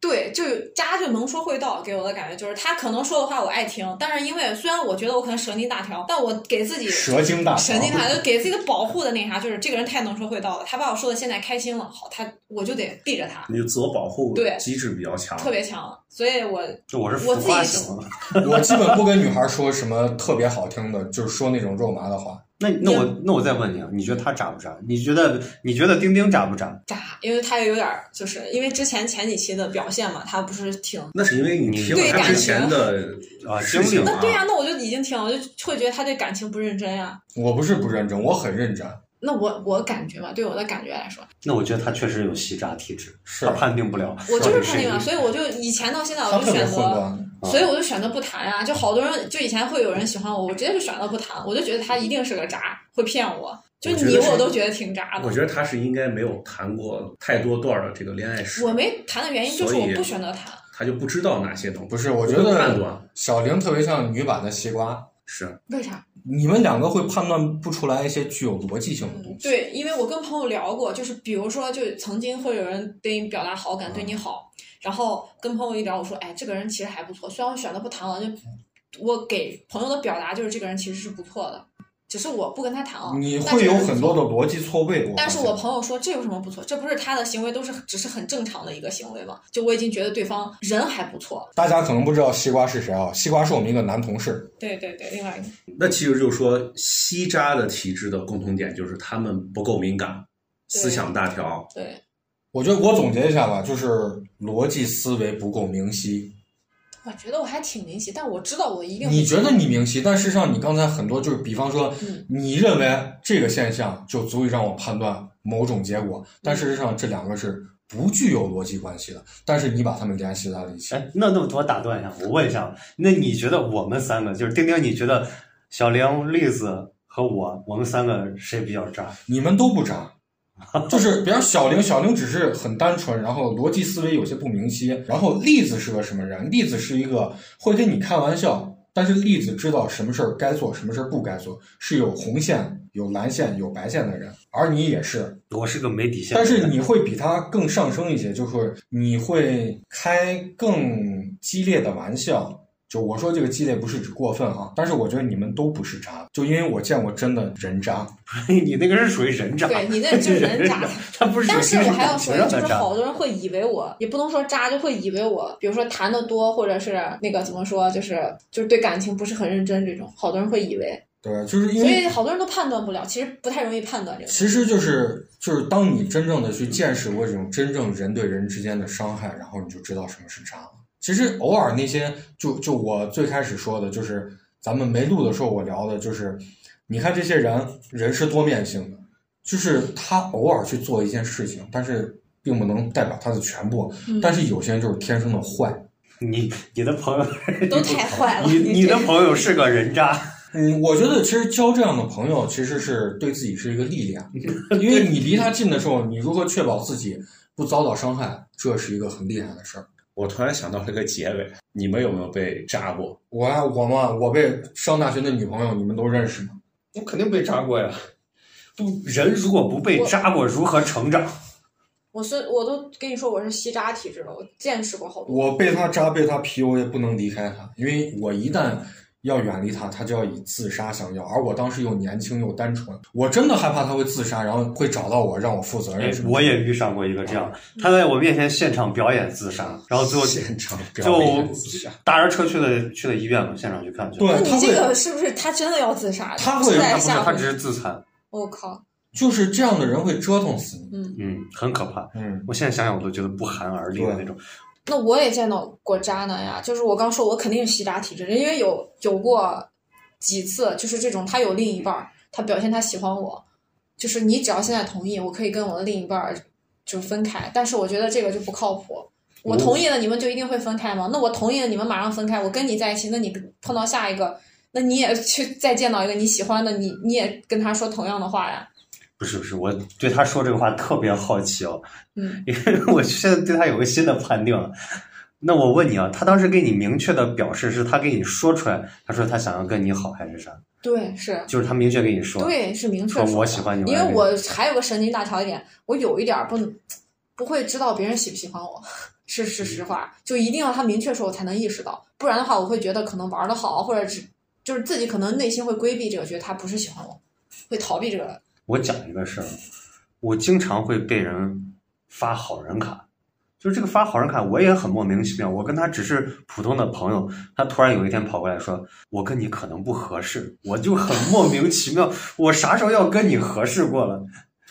C: 对，就是渣就能说会道，给我的感觉就是他可能说的话我爱听，但是因为虽然我觉得我可能蛇精大条，但我给自己
A: 蛇精大条
C: 蛇精大条就给自己的保护的那啥，就是这个人太能说会道了，他把我说的现在开心了，好，他我就得避着他，
E: 你就自我保护
C: 对
E: 机制比较强，
C: 特别强，所以我
A: 就我是浮
C: 我自
A: 夸
C: 己
A: 型的。
B: 我基本不跟女孩说什么特别好听的，就是说那种肉麻的话。
A: 那那我那我再问你啊，你觉得他渣不渣？你觉得你觉得丁丁渣不渣？
C: 渣，因为他也有点儿就是因为之前前几期的表现嘛，他不是挺
E: 那是因为你听
C: 对
E: 了他
C: 感
E: 之
C: 觉
E: 前的
A: 啊
E: 事
A: 经
E: 情
A: 历嘛
E: 啊
C: 那对呀、那我就已经挺，我就会觉得他对感情不认真呀、
B: 我不是不认真，我很认真。
C: 那我我感觉嘛，对我的感觉来说，
A: 那我觉得他确实有吸渣体质，
B: 是
A: 他判定不了。
C: 我就是判定
A: 定
C: 了，所以我就以前到现在
B: 他
C: 我
B: 特
C: 就
B: 别
C: 选
B: 混
C: 择，
B: 乱，
C: 所以我就选择不谈呀、就好多人就以前会有人喜欢我，我直接就选择不谈，我就觉得他一定是个渣，会骗我。就
E: 我觉得
C: 你
E: 是
C: 我都觉得挺渣的
E: 我。觉得他是应该没有谈过太多段的这个恋爱史
C: 我，没谈的原因就是
E: 所
C: 我
E: 以
C: 不选择谈，
E: 他就不知道哪些东西
B: 不。是？我觉
E: 不会判
B: 得
E: 断
B: 小玲特别像女版的西瓜，
E: 是，
C: 为啥？
B: 你们两个会判断不出来一些具有逻辑性的东西。
C: 对，因为我跟朋友聊过，就是比如说，就曾经会有人对你表达好感，对你好，然后跟朋友一聊，我说，哎，这个人其实还不错，虽然我选择不谈了，就我给朋友的表达就是这个人其实是不错的，只是我不跟他谈了。
B: 你
C: 但
B: 会
C: 这
B: 有
C: 个人
B: 很
C: 不
B: 多
C: 错
B: 的逻辑错位，
C: 但是
B: 发现
C: 我朋友说这有什么不错？这不是他的行为，都是只是很正常的一个行为嘛。就我已经觉得对方人还不错。
B: 大家可能不知道西瓜是谁啊？西瓜是我们一个男同事，
C: 对对对，另外一个
E: 那其实就是说西渣的体质的共同点就是他们不够敏感，
C: 对
E: 思想大条，
C: 对
B: 我觉得我总结一下吧，就是逻辑思维不够明晰。
C: 我觉得我还挺明晰，但我知道我一定会
B: 你觉得你明晰，但事实上你刚才很多就是，比方说
C: 嗯，
B: 你认为这个现象就足以让我判断某种结果，但事实上这两个是不具有逻辑关系的，但是你把它们联系在了一起。
A: 哎，那那我打断一下，我问一下，那你觉得我们三个就是丁丁？你觉得小玲、栗子和我，我们三个谁比较渣？
B: 你们都不渣，就是比方小玲，小玲只是很单纯，然后逻辑思维有些不明晰。然后栗子是个什么人？栗子是一个会跟你开玩笑，但是栗子知道什么事儿该做，什么事儿不该做，是有红线、有蓝线、有白线的人。而你也是，
A: 我是个没底线的
B: 但
A: 人。
B: 是你会比他更上升一些，就是你会开更激烈的玩笑。就我说这个激烈不是指过分啊，但是我觉得你们都不是渣，就因为我见过真的人渣，
A: 你那个是属于人渣，
C: 对你那就是 人渣
A: 他不是属于
C: 但是
A: 精
C: 我
A: 神
C: 还要
A: 感
C: 说
A: 情，上
C: 就
A: 的
C: 是
A: 渣。
C: 好多人会以为我，也不能说渣，就会以为我，比如说谈的多，或者是那个怎么说，就是就是对感情不是很认真这种，好多人会以为，
B: 对，就是因
C: 所
B: 为
C: 以好多人都判断不了，其实不太容易判断这个。
B: 其实就是就是当你真正的去见识过这种真正人对人之间的伤害，然后你就知道什么是渣了。其实偶尔那些就就我最开始说的，就是咱们没录的时候我聊的，就是你看这些人人是多面性的，就是他偶尔去做一件事情，但是并不能代表他的全部。啊
C: 嗯
B: 但是有些人就是天生的坏，
A: 你你的朋友
C: 都太坏了，
A: 你你的
C: 这
A: 朋友是个人渣，
B: 嗯，我觉得其实交这样的朋友，其实是对自己是一个历练，
A: 嗯
B: 因为你离他近的时候，你如何确保自己不遭到伤害，这是一个很厉害的事儿。
E: 我突然想到了一个结尾，你们有没有被渣过？
B: 我呀，我嘛，我被上大学的女朋友，你们都认识吗？
A: 我肯定被渣过呀。不，人如果不被渣过，如何成长？
C: 我是我都跟你说我是吸渣体质了，我见识过好多。
B: 我被他扎，被他 PUA，不能离开他，因为我一旦要远离他，他就要以自杀相要，而我当时又年轻又单纯，我真的害怕他会自杀，然后会找到我让我负责
A: 哎
B: 任什，么的。
A: 我也遇上过一个这样，
C: 嗯
A: 他在我面前现场表演自杀，然后最后
B: 现场表
A: 就
B: 演自杀。
A: 搭着车去了去了医院嘛，现场去看去了。
B: 对
C: 那
B: 他
C: 你
B: 会
C: 这个是不是他真的要自杀？
B: 他会
C: 是
A: 他
C: 在
A: 不是，
C: 下
A: 他
C: 面
A: 只是自残，
C: 我靠，
B: 就是这样的人会折腾死你。
C: 嗯，
A: 嗯，很可怕。
B: 嗯，
A: 我现在想想，我都觉得不寒而栗的那种。
C: 那我也见到过渣男呀，就是我刚说我肯定是吸渣体质，因为有有过几次就是这种，他有另一半儿，他表现他喜欢我，就是你只要现在同意，我可以跟我的另一半儿就分开，但是我觉得这个就不靠谱。我同意了，你们就一定会分开吗？那我同意了，你们马上分开，我跟你在一起，那你碰到下一个，那你也去再见到一个你喜欢的，你你也跟他说同样的话呀，
A: 不是不是，我对他说这个话特别好奇哦，
C: 嗯。
A: 因为我现在对他有个新的判定了。那我问你啊，他当时给你明确的表示是他给你说出来，他说他想要跟你好还是啥？
C: 对，是，
A: 就是他明确跟你说，
C: 对，是明确
A: 说
C: 说
A: 我
C: 的
A: 喜欢你
C: 因
A: 我爱
C: 为
A: 你
C: 我还有个神经大条一点，我有一点儿不能不会知道别人喜不喜欢我，是是实话，就一定要他明确说，我才能意识到，不然的话，我会觉得可能玩的好，或者只就是自己可能内心会规避这个，觉得他不是喜欢我，会逃避这个人。
A: 我讲一个事儿，我经常会被人发好人卡，就是这个发好人卡，我也很莫名其妙。我跟他只是普通的朋友，他突然有一天跑过来说：“我跟你可能不合适。”我就很莫名其妙，我啥时候要跟你合适过了？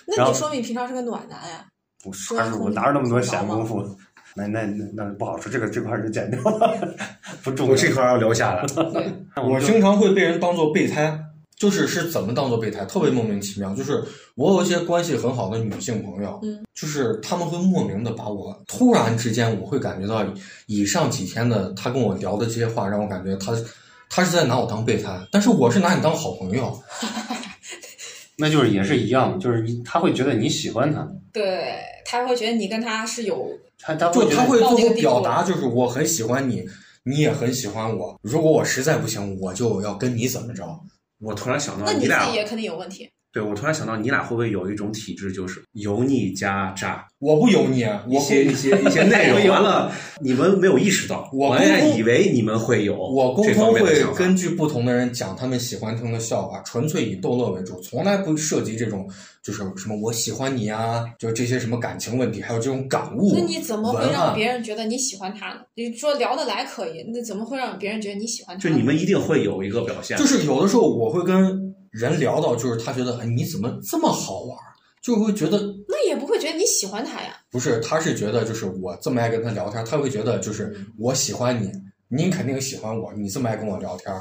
C: 那
A: 然后
C: 你说明平常是个暖男呀、
A: 我啥时候我哪有那么多闲工夫？那那那那不好说，这个这块儿就剪掉了， 不重要。
E: 我这块儿要留下了。
C: 对，
B: 我经常会被人当做备胎，就是是怎么当做备胎，特别莫名其妙。就是我有一些关系很好的女性朋友，
C: 嗯，
B: 就是他们会莫名的把我突然之间，我会感觉到以上几天的他跟我聊的这些话，让我感觉他他是在拿我当备胎，但是我是拿你当好朋友。
A: 那就是也是一样，就是你他会觉得你喜欢他，
C: 对他会觉得你跟他是有
A: 他他会
B: 就
A: 觉
B: 他
A: 得
B: 会
C: 到
B: 做
C: 那个
B: 出
C: 地
B: 表
C: 步
B: 达，就是我很喜欢你，你也很喜欢我。如果我实在不行，我就要跟你怎么着。
E: 我突然想 到
C: 那你
E: 嗯你
C: 自
E: 俩
C: 己，也肯定有问题。
E: 对我突然想到你俩会不会有一种体质，就是油腻加渣，
B: 我不有你，
E: 一
B: 我
E: 些一些一些内
A: 我
E: 容
A: 有
E: 完了，你们没有意识到，
B: 啊我
E: 我
B: 沟
E: 也
B: 通
E: 以为你们会有
B: 我沟
E: 哦这方
B: 通
E: 面的
B: 会
E: 想法
B: 根据不同的人讲他们喜欢听的笑话，纯粹以逗乐为主，从来不涉及这种就是什么我喜欢你啊，就是这些什么感情问题，还有这种感悟。
C: 那你怎么会
B: 文
C: 让
B: 案
C: 别人觉得你喜欢他呢？你说聊得来可以，那怎么会让别人觉得你喜欢他
E: 就
C: 呢？
E: 你们一定会有一个表现，
B: 就是有的时候我会跟人聊到，就是他觉得哎你怎么这么好玩儿，就会觉得
C: 那也不会觉得你喜欢他呀。
B: 不是，他是觉得就是我这么爱跟他聊天，他会觉得就是我喜欢你，你肯定喜欢我，你这么爱跟我聊天，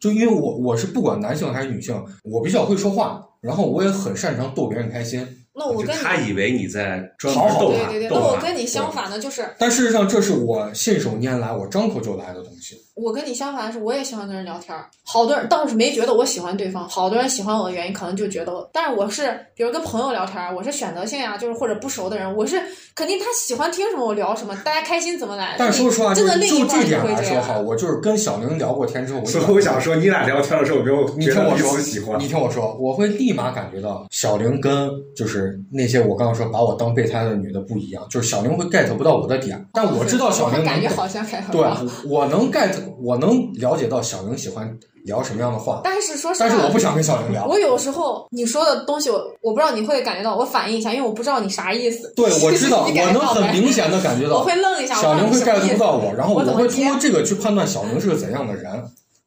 B: 就因为我我是不管男性还是女性，我比较会说话，然后我也很擅长逗别人开心。
C: 那我
E: 就
C: 跟
E: 他
C: 你
E: 以为你在专门
B: 讨好
E: 逗
C: 对
E: 他
C: 对对，，那
E: 逗
C: 我
E: 他。
C: 跟你相反的就是，
B: 但事实上，这是我信手拈来，我张口就来的东西。
C: 我跟你相反的是，我也喜欢跟人聊天儿。好多人倒是没觉得我喜欢对方，好多人喜欢我的原因可能就觉得我，但是我是比如跟朋友聊天儿，我是选择性呀、就是或者不熟的人，我是肯定他喜欢听什么我聊什么，大家开心怎么来。
B: 但说实话，就
C: 真的
B: 是
C: 另一
B: 就
C: 半
B: 这
C: 儿
B: 点
C: 会
B: 来
C: 这
B: 说哈，
C: 样。
B: 我就是跟小玲聊过天之后，我就
E: 所以我想 说，你俩聊天的时候有没有
B: 你
E: 觉
B: 听
E: 得
B: 我
E: 彼
B: 说，
E: 此喜欢？
B: 你听我说，我会立马感觉到小玲跟就是那些我刚刚说把我当备胎的女的不一样，就是小玲会 get 不到我的点，但我知道小玲
C: 感
B: 能
C: 觉好像感觉
B: 对，我能 get，我能了解到小玲喜欢聊什么样的话，
C: 但是说实话，
B: 但是我不想跟小玲聊。
C: 我有时候你说的东西我，我不知道你会感觉到，我反应一下，因为我不知道你啥意思。
B: 对，我知道，
C: 你感
B: 我
C: 觉
B: 能
C: 到没
B: 很明显的感觉
C: 我
B: 到
C: 会愣一下，
B: 小玲会 get 不到我，
C: 我知道你什么意思
B: 然后我
C: 怎么
B: 会通
C: 接啊
B: 过这个去判断小玲是个怎样的人，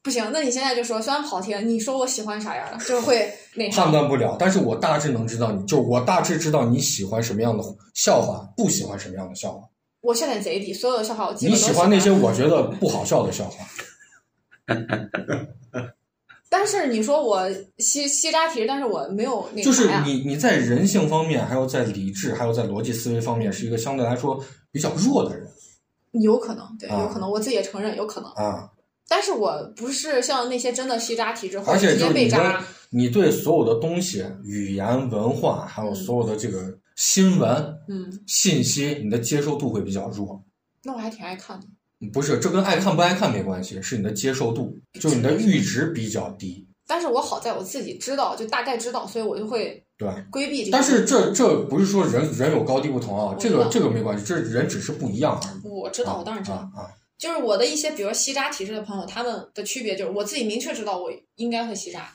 C: 不行，那你现在就说，虽然跑题了，你说我喜欢啥样的，就是会那啥
B: 判。断不了，但是我大致能知道你，就是我大致知道你喜欢什么样的笑话，不喜欢什么样的笑话。
C: 我笑点贼低，所有的笑话我基本
B: 你
C: 都
B: 喜欢那些我觉得不好笑的笑话，
C: 但是你说我吸吸扎题，但是我没有那个
B: 就是
C: 啥哎呀
B: 你你在人性方面，还有在理智，还有在逻辑思维方面，是一个相对来说比较弱的人
C: 有可能，对，
B: 啊
C: 有可能，我自己也承认有可能。
B: 啊。
C: 但是我不是像那些真的吸扎题之后
B: 而且就
C: 直接
B: 是
C: 被
B: 你的
C: 扎，
B: 你对所有的东西、语言、文化，还有所有的这个新闻
C: 嗯，
B: 信息，你的接受度会比较弱。
C: 那我还挺爱看的。
B: 不是，这跟爱看不爱看没关系，是你的接受度，就是你的阈值比较低。
C: 但是我好在我自己知道，就大概知道，所以我就会
B: 对，
C: 规避这些。
B: 但是这这不是说人人有高低不同啊，这个
C: 我知道
B: 这个没关系，这人只是不一样而已。
C: 我知道，我当然知道，
B: 啊啊！
C: 就是我的一些，比如吸渣体质的朋友，他们的区别就是我自己明确知道我应该会吸渣，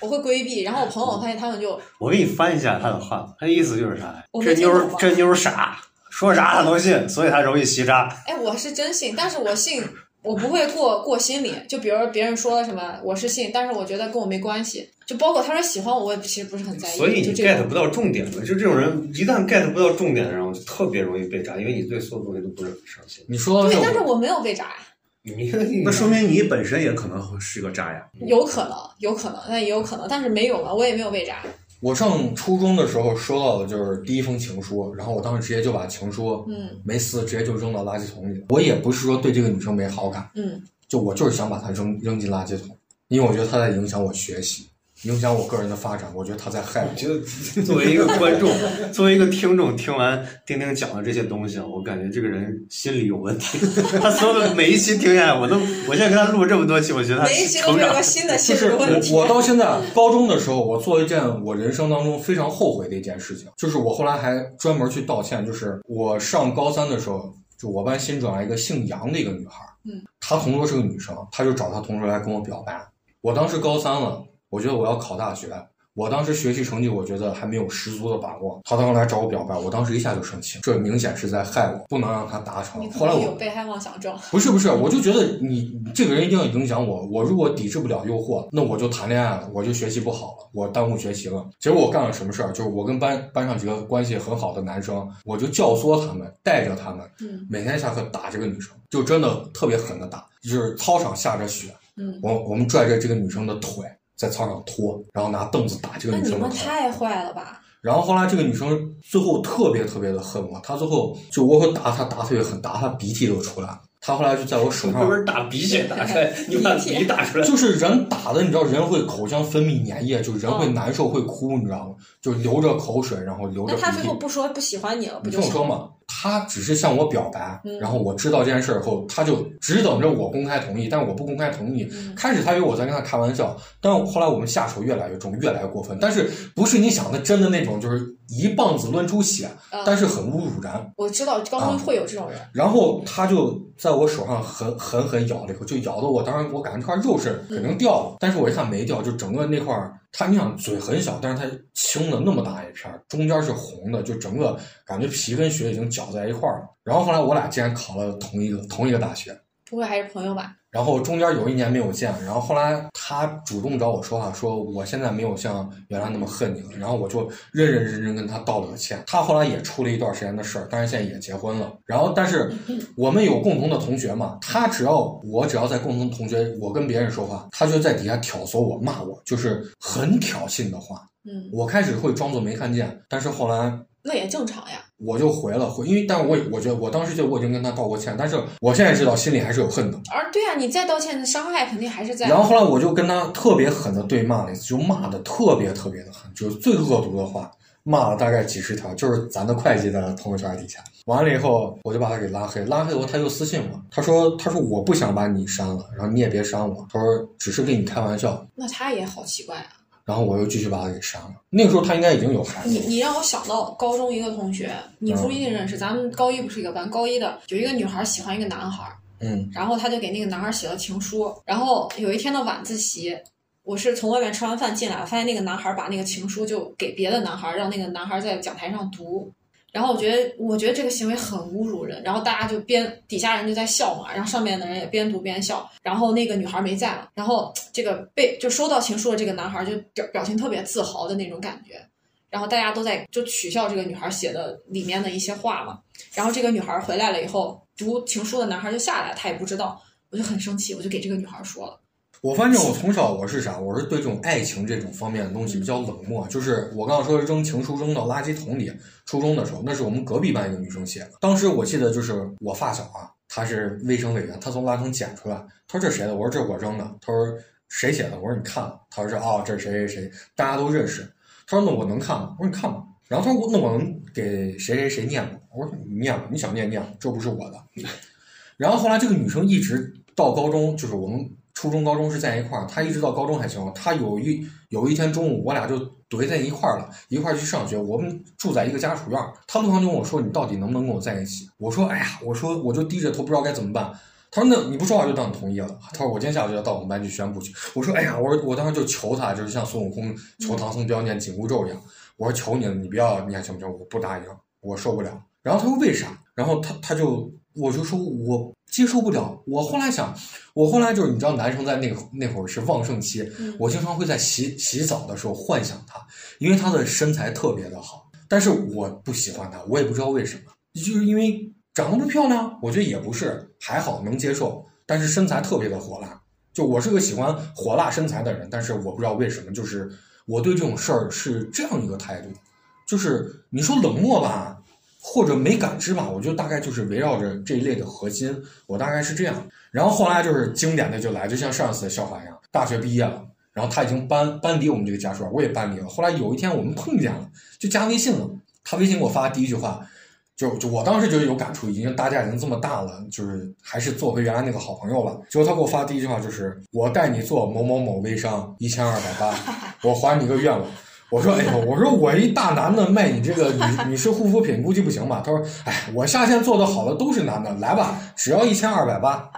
C: 我会规避，然后我朋友发现他们就
A: 我给你翻一下他的话，他的意思就是啥呀
C: 我？没
A: 这妞
C: 听
A: 儿
C: 懂啊
A: 这妞儿傻，说啥他都信，所以他容易吸渣。
C: 哎，我是真信，但是我信，我不会过过心理。就比如别人说了什么，我是信，但是我觉得跟我没关系。就包括他说喜欢我，我也其实不是很在意。
A: 所以
C: 就
A: 你
C: 这
A: get
C: 种
A: 不到重点了，就这种人一旦 get 不到重点的人，我就特别容易被渣，因为你对所有东西都不是很上心。
B: 你说到
C: 对
B: 这，，
C: 但是我没有被渣呀，
A: 你
E: 那说明你本身也可能会是个渣呀。
C: 有可能，有可能，那也有可能，但是没有嘛，我也没有被渣。
B: 我上初中的时候收到的就是第一封情书，然后我当时直接就把情书
C: 嗯
B: 没撕，直接就扔到垃圾桶里了。我也不是说对这个女生没好感，
C: 嗯，
B: 就我就是想把她扔扔进垃圾桶，因为我觉得她在影响我学习，影响我个人的发展，我觉得她在害我。
A: 就作为一个观 众，作为一个听众，听完丁丁讲的这些东西啊，我感觉这个人心理有问 题。他所有的每一期听下来，我都，我现在跟他录这么多期，我觉得他
C: 每一期都
A: 成
C: 会有
A: 长
C: 个。新的
B: 就
C: 心理
B: 是
C: 问题。
B: 我，我到现在高中的时候，我做一件我人生当中非常后悔的一件事情，就是我后来还专门去道歉，就是我上高三的时候，就我班新转来一个姓杨的一个女孩，
C: 嗯，
B: 她同桌是个女生，她就找她同桌来跟我表白。我当时高三了，我觉得我要考大学，我当时学习成绩我觉得还没有十足的把握。她当时来找我表白，我当时一下就生气，这明显是在害我，不能让她达成
C: 你。可
B: 后来
C: 能
B: 我
C: 有被害妄想症。
B: 不是不是，我就觉得你你这个人一定要影响我。我如果抵制不了诱惑，那我就谈恋爱了，我就学习不好了，我耽误学习了。结果我干了什么事儿？就是我跟班班上几个关系很好的男生，我就教唆他们，带着他们，
C: 嗯
B: 每天下课打这个女生，就真的特别狠的打，就是操场下着雪，
C: 嗯，
B: 我我们拽着这个女生的腿在操场拖，然后拿凳子打这个
C: 那
B: 女
C: 你
B: 生的
C: 们
B: 头。
C: 太坏了吧？
B: 然后后来这个女生最后特别特别的恨我，她最后就我会打她，打特别狠，打她鼻涕都出来了。她后来就在我手上
A: 不是打鼻血打出 来，你把鼻打出来，
B: 就是人打的，你知道，人会口腔分泌粘液，就人
C: 嗯
B: 会难受，会哭，你知道吗？就流着口水，然后流着
C: 那
B: 鼻
C: 他最
B: 涕
C: 后。不说不喜欢你了，不
B: 你
C: 就
B: 听我
C: 是
B: 说？嘛，他只是向我表白，
C: 嗯
B: 然后我知道这件事儿后，他就只等着我公开同意，但我不公开同意。
C: 嗯
B: 开始他以为我在跟他开玩笑，但后来我们下手越来越重，越来越过分。但是不是你想的真的那种，就是一棒子抡出血，
C: 嗯
B: 但是很侮辱啊人。
C: 我知道高中会有这种人，
B: 然后他就在我手上狠狠狠咬了一口，就咬的我当时我感觉这块肉是肯定掉了，但是我一看没掉，就整个那块儿，他你想嘴很小，但是他青了那么大一片儿，中间是红的，就整个感觉皮跟血已经搅在一块儿了。然后后来我俩竟然考了同一个同一个大学，
C: 不会还是朋友吧？
B: 然后中间有一年没有见，然后后来他主动找我说话，说我现在没有像原来那么恨你了。然后我就认认真真跟他道了个歉。他后来也出了一段时间的事儿，但是现在也结婚了。然后但是我们有共同的同学嘛，他只要我只要在共同同学，我跟别人说话，他就在底下挑唆我骂我，就是很挑衅的话。
C: 嗯，
B: 我开始会装作没看见，但是后来
C: 那也正常呀。
B: 我就回了回，因为但我我觉得我当时就我已经跟他道过歉，但是我现在知道心里还是有恨的。
C: 而对啊，你再道歉，伤害肯定还是在。
B: 然后后来我就跟他特别狠的对骂了一次，就骂的特别特别的狠，就是最恶毒的话，骂了大概几十条，就是咱的会计的朋友圈底下。完了以后，我就把他给拉黑，拉黑以后他又私信我，他说他说我不想把你删了，然后你也别删我，他说只是跟你开玩笑，
C: 那他也好奇怪啊。
B: 然后我又继续把他给删了。那个时候他应该已经有孩子
C: 你
B: 了，
C: 你让我想到高中一个同学，你
B: 嗯
C: 不一定认识，咱们高一不是一个班，高一的有一个女孩喜欢一个男孩，
B: 嗯
C: 然后他就给那个男孩写了情书。然后有一天的晚自习，我是从外面吃完饭进来，发现那个男孩把那个情书就给别的男孩，让那个男孩在讲台上读。然后我觉得，我觉得这个行为很侮辱人。然后大家就边底下人就在笑嘛，然后上面的人也边读边笑。然后那个女孩没在了，然后这个被就收到情书的这个男孩就表表情特别自豪的那种感觉。然后大家都在就取笑这个女孩写的里面的一些话嘛。然后这个女孩回来了以后，读情书的男孩就下来，他也不知道，我就很生气，我就给这个女孩说了，
B: 我发现我从小我是啥，我是对这种爱情这种方面的东西比较冷漠。啊就是我刚刚说扔情书扔到垃圾桶里，初中的时候，那是我们隔壁班一个女生写的。当时我记得就是我发小啊，她是卫生委员，她从垃圾桶捡出来，她说这谁的？我说这我扔的。她说谁写的？我说你看了。她说是哦，这是谁谁谁，大家都认识。她说那我能看吗？我说你看吧。然后她说我那我能给谁谁谁念吗？我说你念吧，你想念念吧，这不是我的。然后后来这个女生一直到高中，就是我们初中、高中是在一块儿，她一直到高中还行。她有一有一天中午，我俩就怼在一块儿了，一块儿去上学。我们住在一个家属院儿，她路上就问我说：“你到底能不能跟我在一起？”我说：“哎呀，我说我就低着头不知道该怎么办。”她说：“那你不说话就当你同意了。”她说：“我今天下午就要到我们班去宣布去。”我说：“哎呀，我说我当时就求她，就是像孙悟空求唐僧标念紧箍咒一样，我说求你了，你不要，你还行不行？我不答应，我受不了。”然后他说为啥？然后他他就我就说我接受不了。我后来想，我后来就是你知道，男生在那个那会儿是旺盛期，
C: 嗯
B: 我经常会在洗洗澡的时候幻想他，因为他的身材特别的好，但是我不喜欢他，我也不知道为什么，就是因为长得不漂亮，我觉得也不是，还好能接受，但是身材特别的火辣。就我是个喜欢火辣身材的人，但是我不知道为什么，就是我对这种事儿是这样一个态度，就是你说冷漠吧，或者没感知吧，我就大概就是围绕着这一类的核心，我大概是这样。然后后来就是经典的就来，就像上次的笑话一样，大学毕业了，然后他已经搬搬离我们这个家属院，我也搬离了。后来有一天我们碰见了，就加微信了，他微信给我发的第一句话。就就我当时就有感触，已经大家已经这么大了，就是还是做回原来那个好朋友吧。结果他给我发第一句话就是：“我带你做某某某微商一千二百八，我还你一个愿望。”我说哎呦，我说我一大男的卖你这个女女士护肤品估计不行吧？他说哎，我下线做的好的都是男的，来吧，只要一千二百八。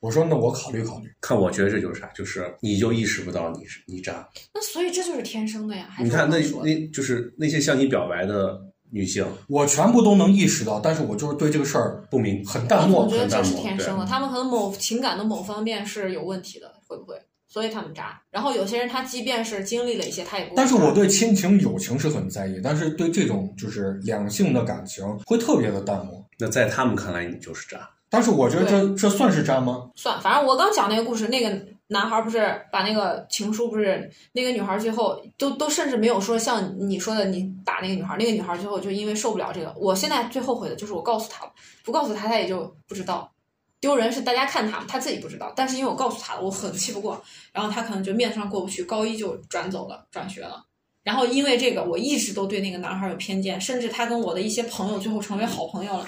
B: 我说那我考虑考虑。
E: 看我觉得这就是啥，就是你就意识不到你是你渣。
C: 那所以这就是天生的呀。还是
E: 你看那
C: 我说的
E: 那就是那些向你表白的女性
B: 我全部都能意识到，但是我就是对这个事儿
E: 不明，
B: 很淡漠
C: 我觉。得
E: 很淡
C: 这是
E: 漠
C: 天
E: 对嗯
C: 生的，他们可能某情感的某方面是有问题的，会不会？所以他们渣。然后有些人他即便是经历了一些，他也不会渣。
B: 但是我对亲情、友情是很在意，但是对这种就是两性的感情会特别的淡漠。
E: 那在他们看来你就是渣。
B: 但是我觉得这这算是渣吗？
C: 算，反正我刚讲那个故事，那个男孩不是把那个情书，不是那个女孩最后都都甚至没有说像你说的你打那个女孩，那个女孩最后就因为受不了这个。我现在最后悔的就是我告诉她，不告诉她她也就不知道。丢人是大家看他，他自己不知道，但是因为我告诉他了，我很气不过，然后他可能就面子上过不去，高一就转走了，转学了。然后因为这个，我一直都对那个男孩有偏见，甚至他跟我的一些朋友最后成为好朋友了。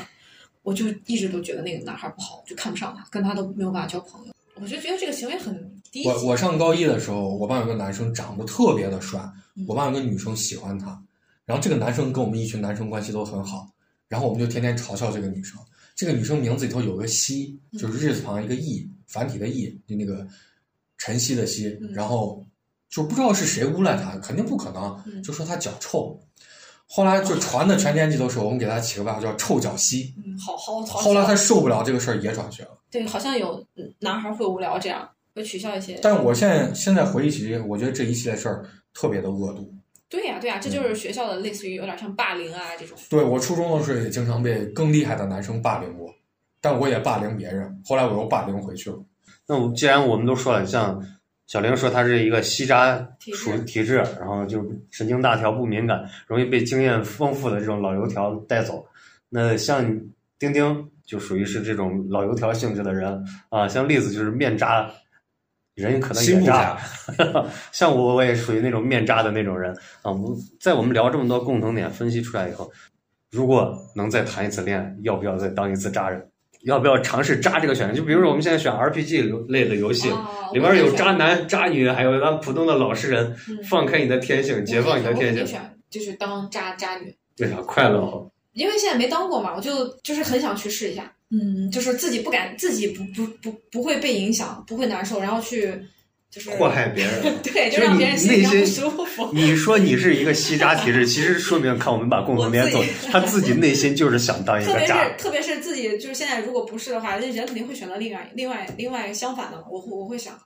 C: 我就一直都觉得那个男孩不好，就看不上他，跟他都没有办法交朋友。我就觉得这个行为很低级。
B: 我我上高一的时候，我班有个男生长得特别的帅
C: 嗯，
B: 我班有个女生喜欢他，然后这个男生跟我们一群男生关系都很好，然后我们就天天嘲笑这个女生。这个女生名字里头有个希，
C: 嗯
B: 就是日字旁一个易，繁体的易，就那个晨曦的曦
C: 嗯，
B: 然后就不知道是谁诬赖她，肯定不可
C: 嗯
B: 能，就说她脚臭。后来就传的全年级都是，我们给她起个外号叫“臭脚希
C: 嗯，好好”。讨
B: 后来她受不了这个事儿，也转学了。
C: 对，好像有嗯男孩会无聊这样，会取笑一些。
B: 但我现在现在回忆起，我觉得这一系列事儿特别的恶毒。
C: 对呀、对呀、
A: 嗯
C: 这就是学校的类似于有点像霸凌啊这种。
B: 对我初中的时候也经常被更厉害的男生霸凌过，但我也霸凌别人，后来我又霸凌回去了。
A: 那我既然我们都说了，像小玲说她是一个吸渣
C: 体质
A: 属于体质，然后就神经大条不敏感，容易被经验丰富的这种老油条带走。那像丁丁就属于是这种老油条性质的人啊，像栗子就是面渣，人可能
E: 心
A: 也
E: 不
A: 渣。 像我我也属于那种面渣的那种人啊。我们在我们聊这么多共同点分析出来以后，如果能再谈一次恋爱，要不要再当一次渣人？要不要尝试渣这个选项？就比如说我们现在选 RPG 类的游戏，
C: 啊、
A: 里面有渣
C: 我
A: 男、渣女，还有咱普通的老实人，
C: 可以选，嗯、
A: 放开你的天性，解放你的
C: 我可以
A: 天
C: 选我可
A: 性，
C: 以选就是当渣渣女，
A: 对啊，快乐哦。
C: 因为现在没当过嘛，我就就是很想去试一下。嗯，就是自己不敢，自己不不不不会被影响，不会难受，然后去就是
A: 祸害别人。
C: 对，
A: 就
C: 就是让
A: 你
C: 别人心里
A: 内
C: 不
A: 心
C: 舒 服。
A: 你说你是一个吸渣 体质，其实说明看我们把共同点走
C: 我自，
A: 他自己内心就是想当一
C: 特
A: 个
C: 别是
A: 渣。
C: 特别是自己就是现在如果不是的话，那人肯定会选择另外另外另外相反的嘛。我会我会想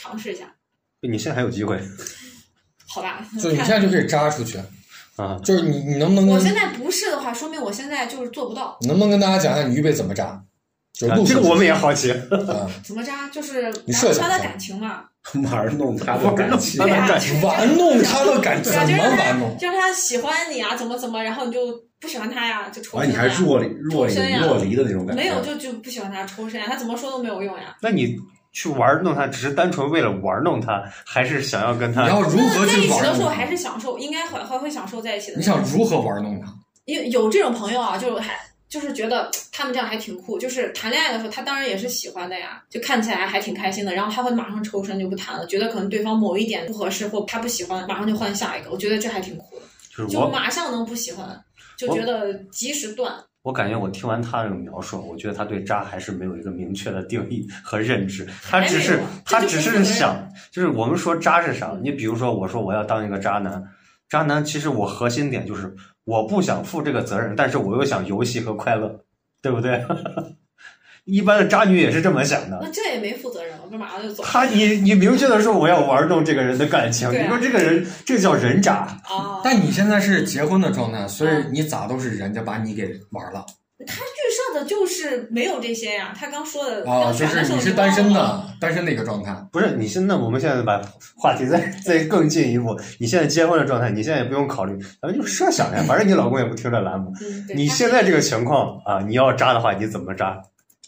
C: 尝试一下，
A: 你现在还有机会
C: 好吧？
B: 就是你现
C: 看，
B: 在就可以扎出去，
A: 啊！
B: 就是你你能不能
C: 我
B: 跟
C: 现在不是的话，说明我现在就是做不到。
B: 你能不能跟大家讲一下你预备怎么扎？就是
A: 啊
B: 路数
A: 这个我们也 好奇，
B: 啊
C: 怎么渣？就是
B: 你设
C: 玩
B: 想
C: 他
B: 一
C: 的
B: 下
C: 感情嘛，
E: 玩弄他的感情
A: 玩，弄
C: 对
A: 他的
C: 啊，
A: 感
C: 就是
B: 玩弄他的感情，
C: 对啊，
B: 怎
C: 就
B: 么
C: 让他
B: 玩弄？
C: 就让他喜欢你啊，怎么怎么，然后你就不喜欢他呀，就抽
B: 哎
E: 完
C: 身
E: 哎你还
C: 呀。
E: 若若
C: 抽身
E: 隐
C: 呀
E: 若离的那种感觉。
C: 没有就就不喜欢他抽身呀，他怎么说都没有用呀。
A: 那你去玩弄他，只是单纯为了玩弄他，还是想要跟
B: 你
A: 他？
B: 要如何
C: 在一
B: 去
C: 起的
B: 玩
C: 时候
B: 弄
C: 还
B: 他？
C: 是享受，应该还还会享受在一起的。
B: 你想如何玩弄他？
C: 有有这种朋友啊，就是还就是觉得他们这样还挺酷，就是谈恋爱的时候，他当然也是喜欢的呀，就看起来还挺开心的，然后他会马上抽身就不谈了，觉得可能对方某一点不合适或他不喜欢，马上就换下一个，我觉得这还挺酷的，
A: 就是
C: 就
A: 我，
C: 马上能不喜欢，就觉得及时断。
A: 我感觉我听完他这个描述，我觉得他对渣还是没有一个明确的定义和认知，他只
C: 还
A: 是
C: 没有啊
A: 他
C: 这就
A: 只
C: 是
A: 是
C: 个人
A: 想，就是我们说渣是啥？你比如说，我说我要当一个渣男，渣男其实我核心点就是我不想负这个责任，但是我又想游戏和快乐，对不对？ 一般的渣女也是这么想的。
C: 那这也没负责任，我这马上就走
A: 他你你明确的说我要玩弄这个人的感情，
C: 对啊
A: 你说这个人这叫人渣？
C: 啊。
B: 但你现在是结婚的状态，所
C: 嗯
B: 以你咋都是人家把你给玩了
C: 他遇上的就是没有这些呀，他刚说的
B: 啊？
C: 刚
B: 就
C: 选的
B: 是
C: 时候
B: 你是
C: 就忘
B: 单身
C: 了
B: 的，单身的一个状态。
A: 不是，你现在我们现在把话题再再更进一步，你现在结婚的状态，你现在也不用考虑，咱们就设想呀，反正你老公也不听这栏目。
C: 嗯，对
A: 你
C: 他
A: 现在这个情况啊，你要渣的话，你怎么渣？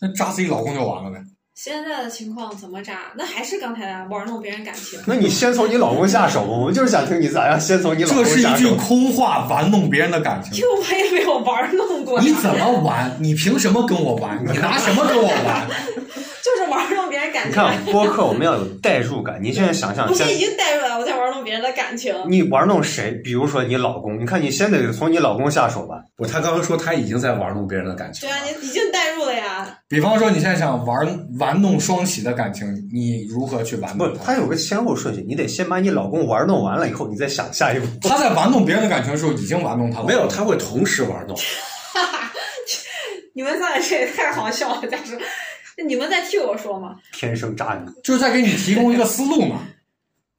B: 那扎自己老公就完了呗。
C: 现在的情况怎么渣？那还是刚才啊玩弄别人感情。
A: 那你先从你老公下手，我们就是想听你咋样，先从你老
B: 这
A: 公
B: 是一
A: 下
B: 句
A: 手。
B: 空话，玩弄别人的感情。
C: 就我也没有玩弄过。
B: 你怎么玩？你凭什么跟我玩？你拿什么跟我玩？
C: 就是玩弄别人感
A: 你
C: 情，
A: 看播客我们要有代入感，你现在想想，
C: 不
A: 像
C: 是已经带入了，我在玩弄别人的感情。
A: 你玩弄谁，比如说你老公，你看你先得从你老公下手吧。
E: 不，他刚刚说他已经在玩弄别人的感情
C: 对
E: 了。
C: 啊，你已经带入了呀。
B: 比方说，你现在想玩玩弄双喜的感情，你如何去玩
A: 不
B: 弄，
A: 他
B: 它？
A: 有个先后顺序，你得先把你老公玩弄完了以后，你再想下一步。
B: 他在玩弄别人的感情的时候，已经玩弄他了。
E: 没有，他会同时玩弄。
C: 你们在这也太好笑了，但是你们在替我说吗？
A: 天生渣女，
B: 就是在给你提供一个思路嘛，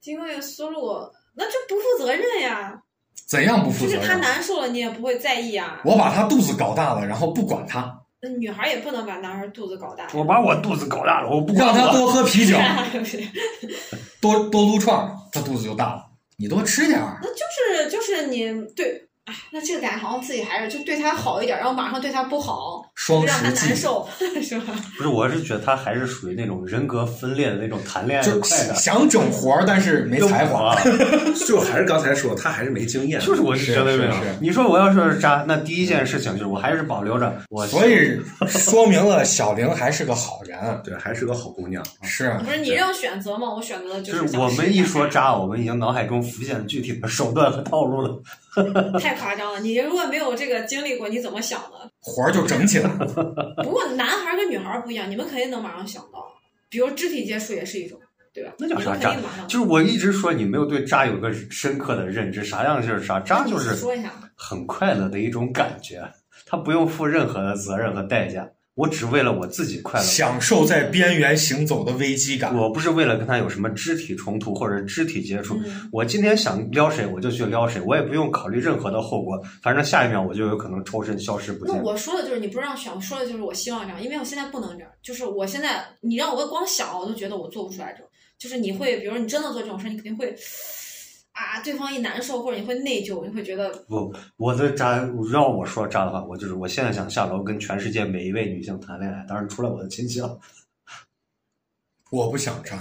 C: 提供一个思路，那就不负责任呀。
B: 怎样不负
C: 就
B: 责
C: 是他
B: 任？
C: 难受了，你也不会在意啊。
B: 我把他肚子搞大了，然后不管他，
C: 那女孩也不能把男孩肚子搞大。
A: 我把我肚子搞大了，我不管
B: 让他
A: 了
B: 多喝啤 酒，
C: 啊那
B: 多多撸串儿，他肚子就大了。你多吃点儿，
C: 就是就是你对，哎，那这个感觉好像自己还是就对他好一点，然后马上对他不好，就
B: 双
C: 让他
B: 十
C: 难
B: 记，
C: 受， 是吧？
A: 不是，我是觉得他还是属于那种人格分裂的那种谈恋爱哎的
B: 就
A: 快
B: 是
A: 感。
B: 想整活儿，但是没才华。
A: 啊，
E: 就还是刚才说，他还是没经验。
A: 就是我是觉得没有
B: 是是是。
A: 你说我要是渣，那第一件事情就是我还是保留着我。
B: 所以说明了小玲还是个好
A: 嗯
B: 人，
E: 对，还是个好姑娘。
B: 是啊
C: 不是你让选择嘛，我选择的
A: 就是是
C: 想
A: 我
C: 试
A: 们一
C: 探
A: 说渣，我们已经脑海中浮现具体的手段和套路了。
C: 太夸张了，你如果没有这个经历过，你怎么想的？
B: 活儿就整起来了。
C: 不过男孩跟女孩不一样，你们肯定能马上想到，比如肢体接触也是一种，对吧？
A: 那叫
C: 你
A: 啥
C: 们
A: 渣
C: 肯定马上
A: 就是我一直说你没有对渣有个深刻的认知，啥样就是啥，渣就
C: 你
A: 是
C: 说一下，
A: 很快乐的一种感觉，他不用负任何的责任和代价，我只为了我自己快乐。
B: 享受在边缘行走的危机感。
A: 我不是为了跟他有什么肢体冲突或者肢体接触，
C: 嗯，
A: 我今天想撩谁我就去撩谁，我也不用考虑任何的后果，反正下一秒我就有可能抽身消失不
C: 那
A: 见。
C: 我说的就是你不让选，我说的就是我希望这样，因为我现在不能这样，就是我现在你让我光想，我都觉得我做不出来这种，就是你会，比如你真的做这种事，你肯定会。啊，对方一难受，或者你会内疚，你会觉得
A: 我的渣，让我说渣的话，我就是我现在想下楼跟全世界每一位女性谈恋爱，当然除了我的亲戚了。
B: 我不 想渣，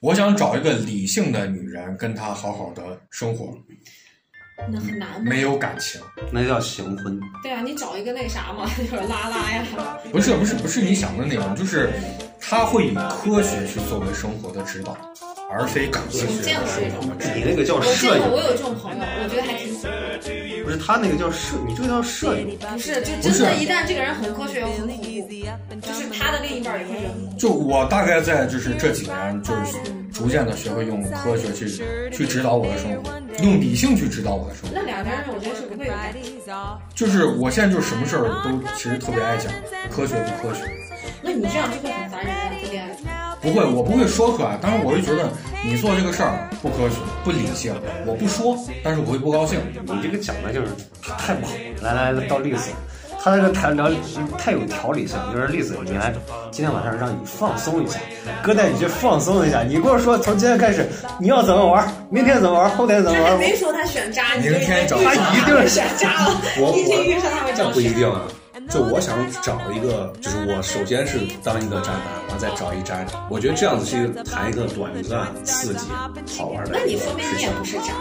B: 我想找一个理性的女人，跟她好好的生活，
C: 那很难嘛。
B: 没有感情。
A: 那叫行婚，
C: 对啊，你找一个那啥嘛， 就是拉拉呀。
B: 不是不是不是你想的那种，就是她会以科学去作为生活的指导，而非感性
C: 我见过这
B: 去。
C: 种，
A: 你那个叫
C: 我见
A: 摄
C: 过，
A: 影，
C: 我有这种朋友，我觉得还挺恐怖的。
A: 不是他那个叫摄，你这个叫摄影。
C: 不是，就
B: 不
C: 真
B: 是
C: 的，一旦这个人很科学又很恐怖，就是他的另一半也会很恐怖。
B: 就我大概在就是这几年，就是逐渐的学会用科学去去指导我的生活，用理性去指导我的生活。
C: 那两个人，我觉得是不会有感情。
B: 就是我现在就是什么事儿都其实特别爱讲科学不科学。
C: 那你这样就会很烦人啊，不恋爱。
B: 不会，我不会说出来，但是我会觉得你做这个事儿不科学、不理性。我不说，但是我会不高兴。
A: 你这个讲的就是太不好了。来来，到栗子，他这个谈聊太有条理性，就是栗子，你还今天晚上让你放松一下，哥带你去放松一下。你跟我说从今天开始你要怎么玩，明天怎么玩，后天怎么
C: 他还
A: 玩。
C: 没说他选渣，你就
B: 明
C: 已经
B: 天
C: 预
B: 找
C: 设
A: 他一
C: 他
A: 定
C: 会选渣了，
E: 我
C: 你已经
E: 我
C: 预设他会这
E: 这
C: 样
E: 不一
C: 选。
E: 定啊。就我想找一个，就是我首先是当一个渣男，然后再找一渣女。我觉得这样子去谈一个短暂、刺激、好玩的
C: 那
E: 一
C: 你
E: 个
C: 说明
E: 事
C: 你也
E: 情。
C: 不是渣，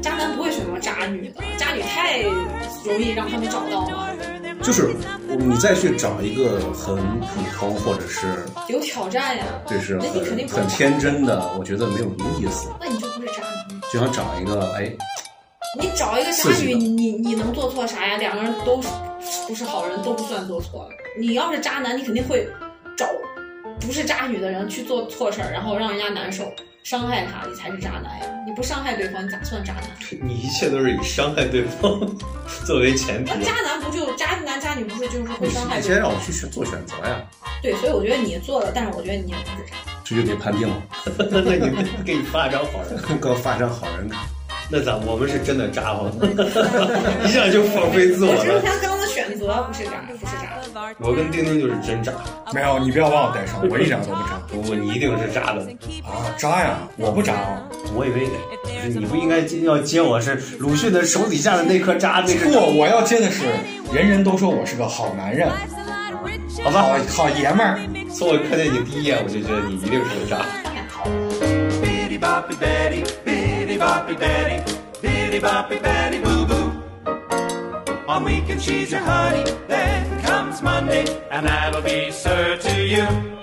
C: 渣男不会选择渣女的，渣女太容易让他们找到了，
E: 就是嗯你再去找一个很普通，或者是
C: 有挑战呀。
E: 就是
C: 那你肯定
E: 很
C: 不是
E: 很
C: 渣，
E: 天真的，我觉得没有意思。
C: 那你就不是渣男。
E: 就想找一个，哎，
C: 你找一个渣
E: 刺激
C: 女，
E: 的
C: 你你你能做错啥呀？两个人都是不是好人，都不算做错了。你要是渣男，你肯定会找不是渣女的人去做错事儿，然后让人家难受，伤害他，你才是渣男呀！你不伤害对方，你咋算渣男？
A: 你一切都是以伤害对方 作为前提
C: 那。渣男不就渣男渣女不是就是会
E: 你
C: 伤害
E: 你
C: 对
E: 先
C: 方？
E: 让我去选做选择呀，
C: 对，所以我觉得你做了，但是我觉得你也不是渣。
E: 这就给判定了，
A: 那你给你发张好人，
E: 给我发展好人卡。
A: 那咋我们是真的渣吗？ 一下就放飞自我
C: 我只是
A: 了。
C: 他刚的选择不是渣，不是渣。
A: 我跟丁丁就是真渣，
B: 没有，你不要把我带上，我一点都不渣
A: 我你一定是渣的。
B: 啊！渣呀，我不渣啊！
A: 我以为你你不应该要接我是鲁迅的手底下的那颗渣，那颗渣
B: 不，我要接的是，人人都说我是个好男人，
A: 好
B: 好
A: 吧，
B: 好爷们儿。
A: 从我看见你第一眼，我就觉得你一定是个渣。
H: Bitty boppy Betty, bitty boppy Betty, bitty boppy Betty boo boo. On weekend she's your honey, then comes Monday, and that'll be sir to you.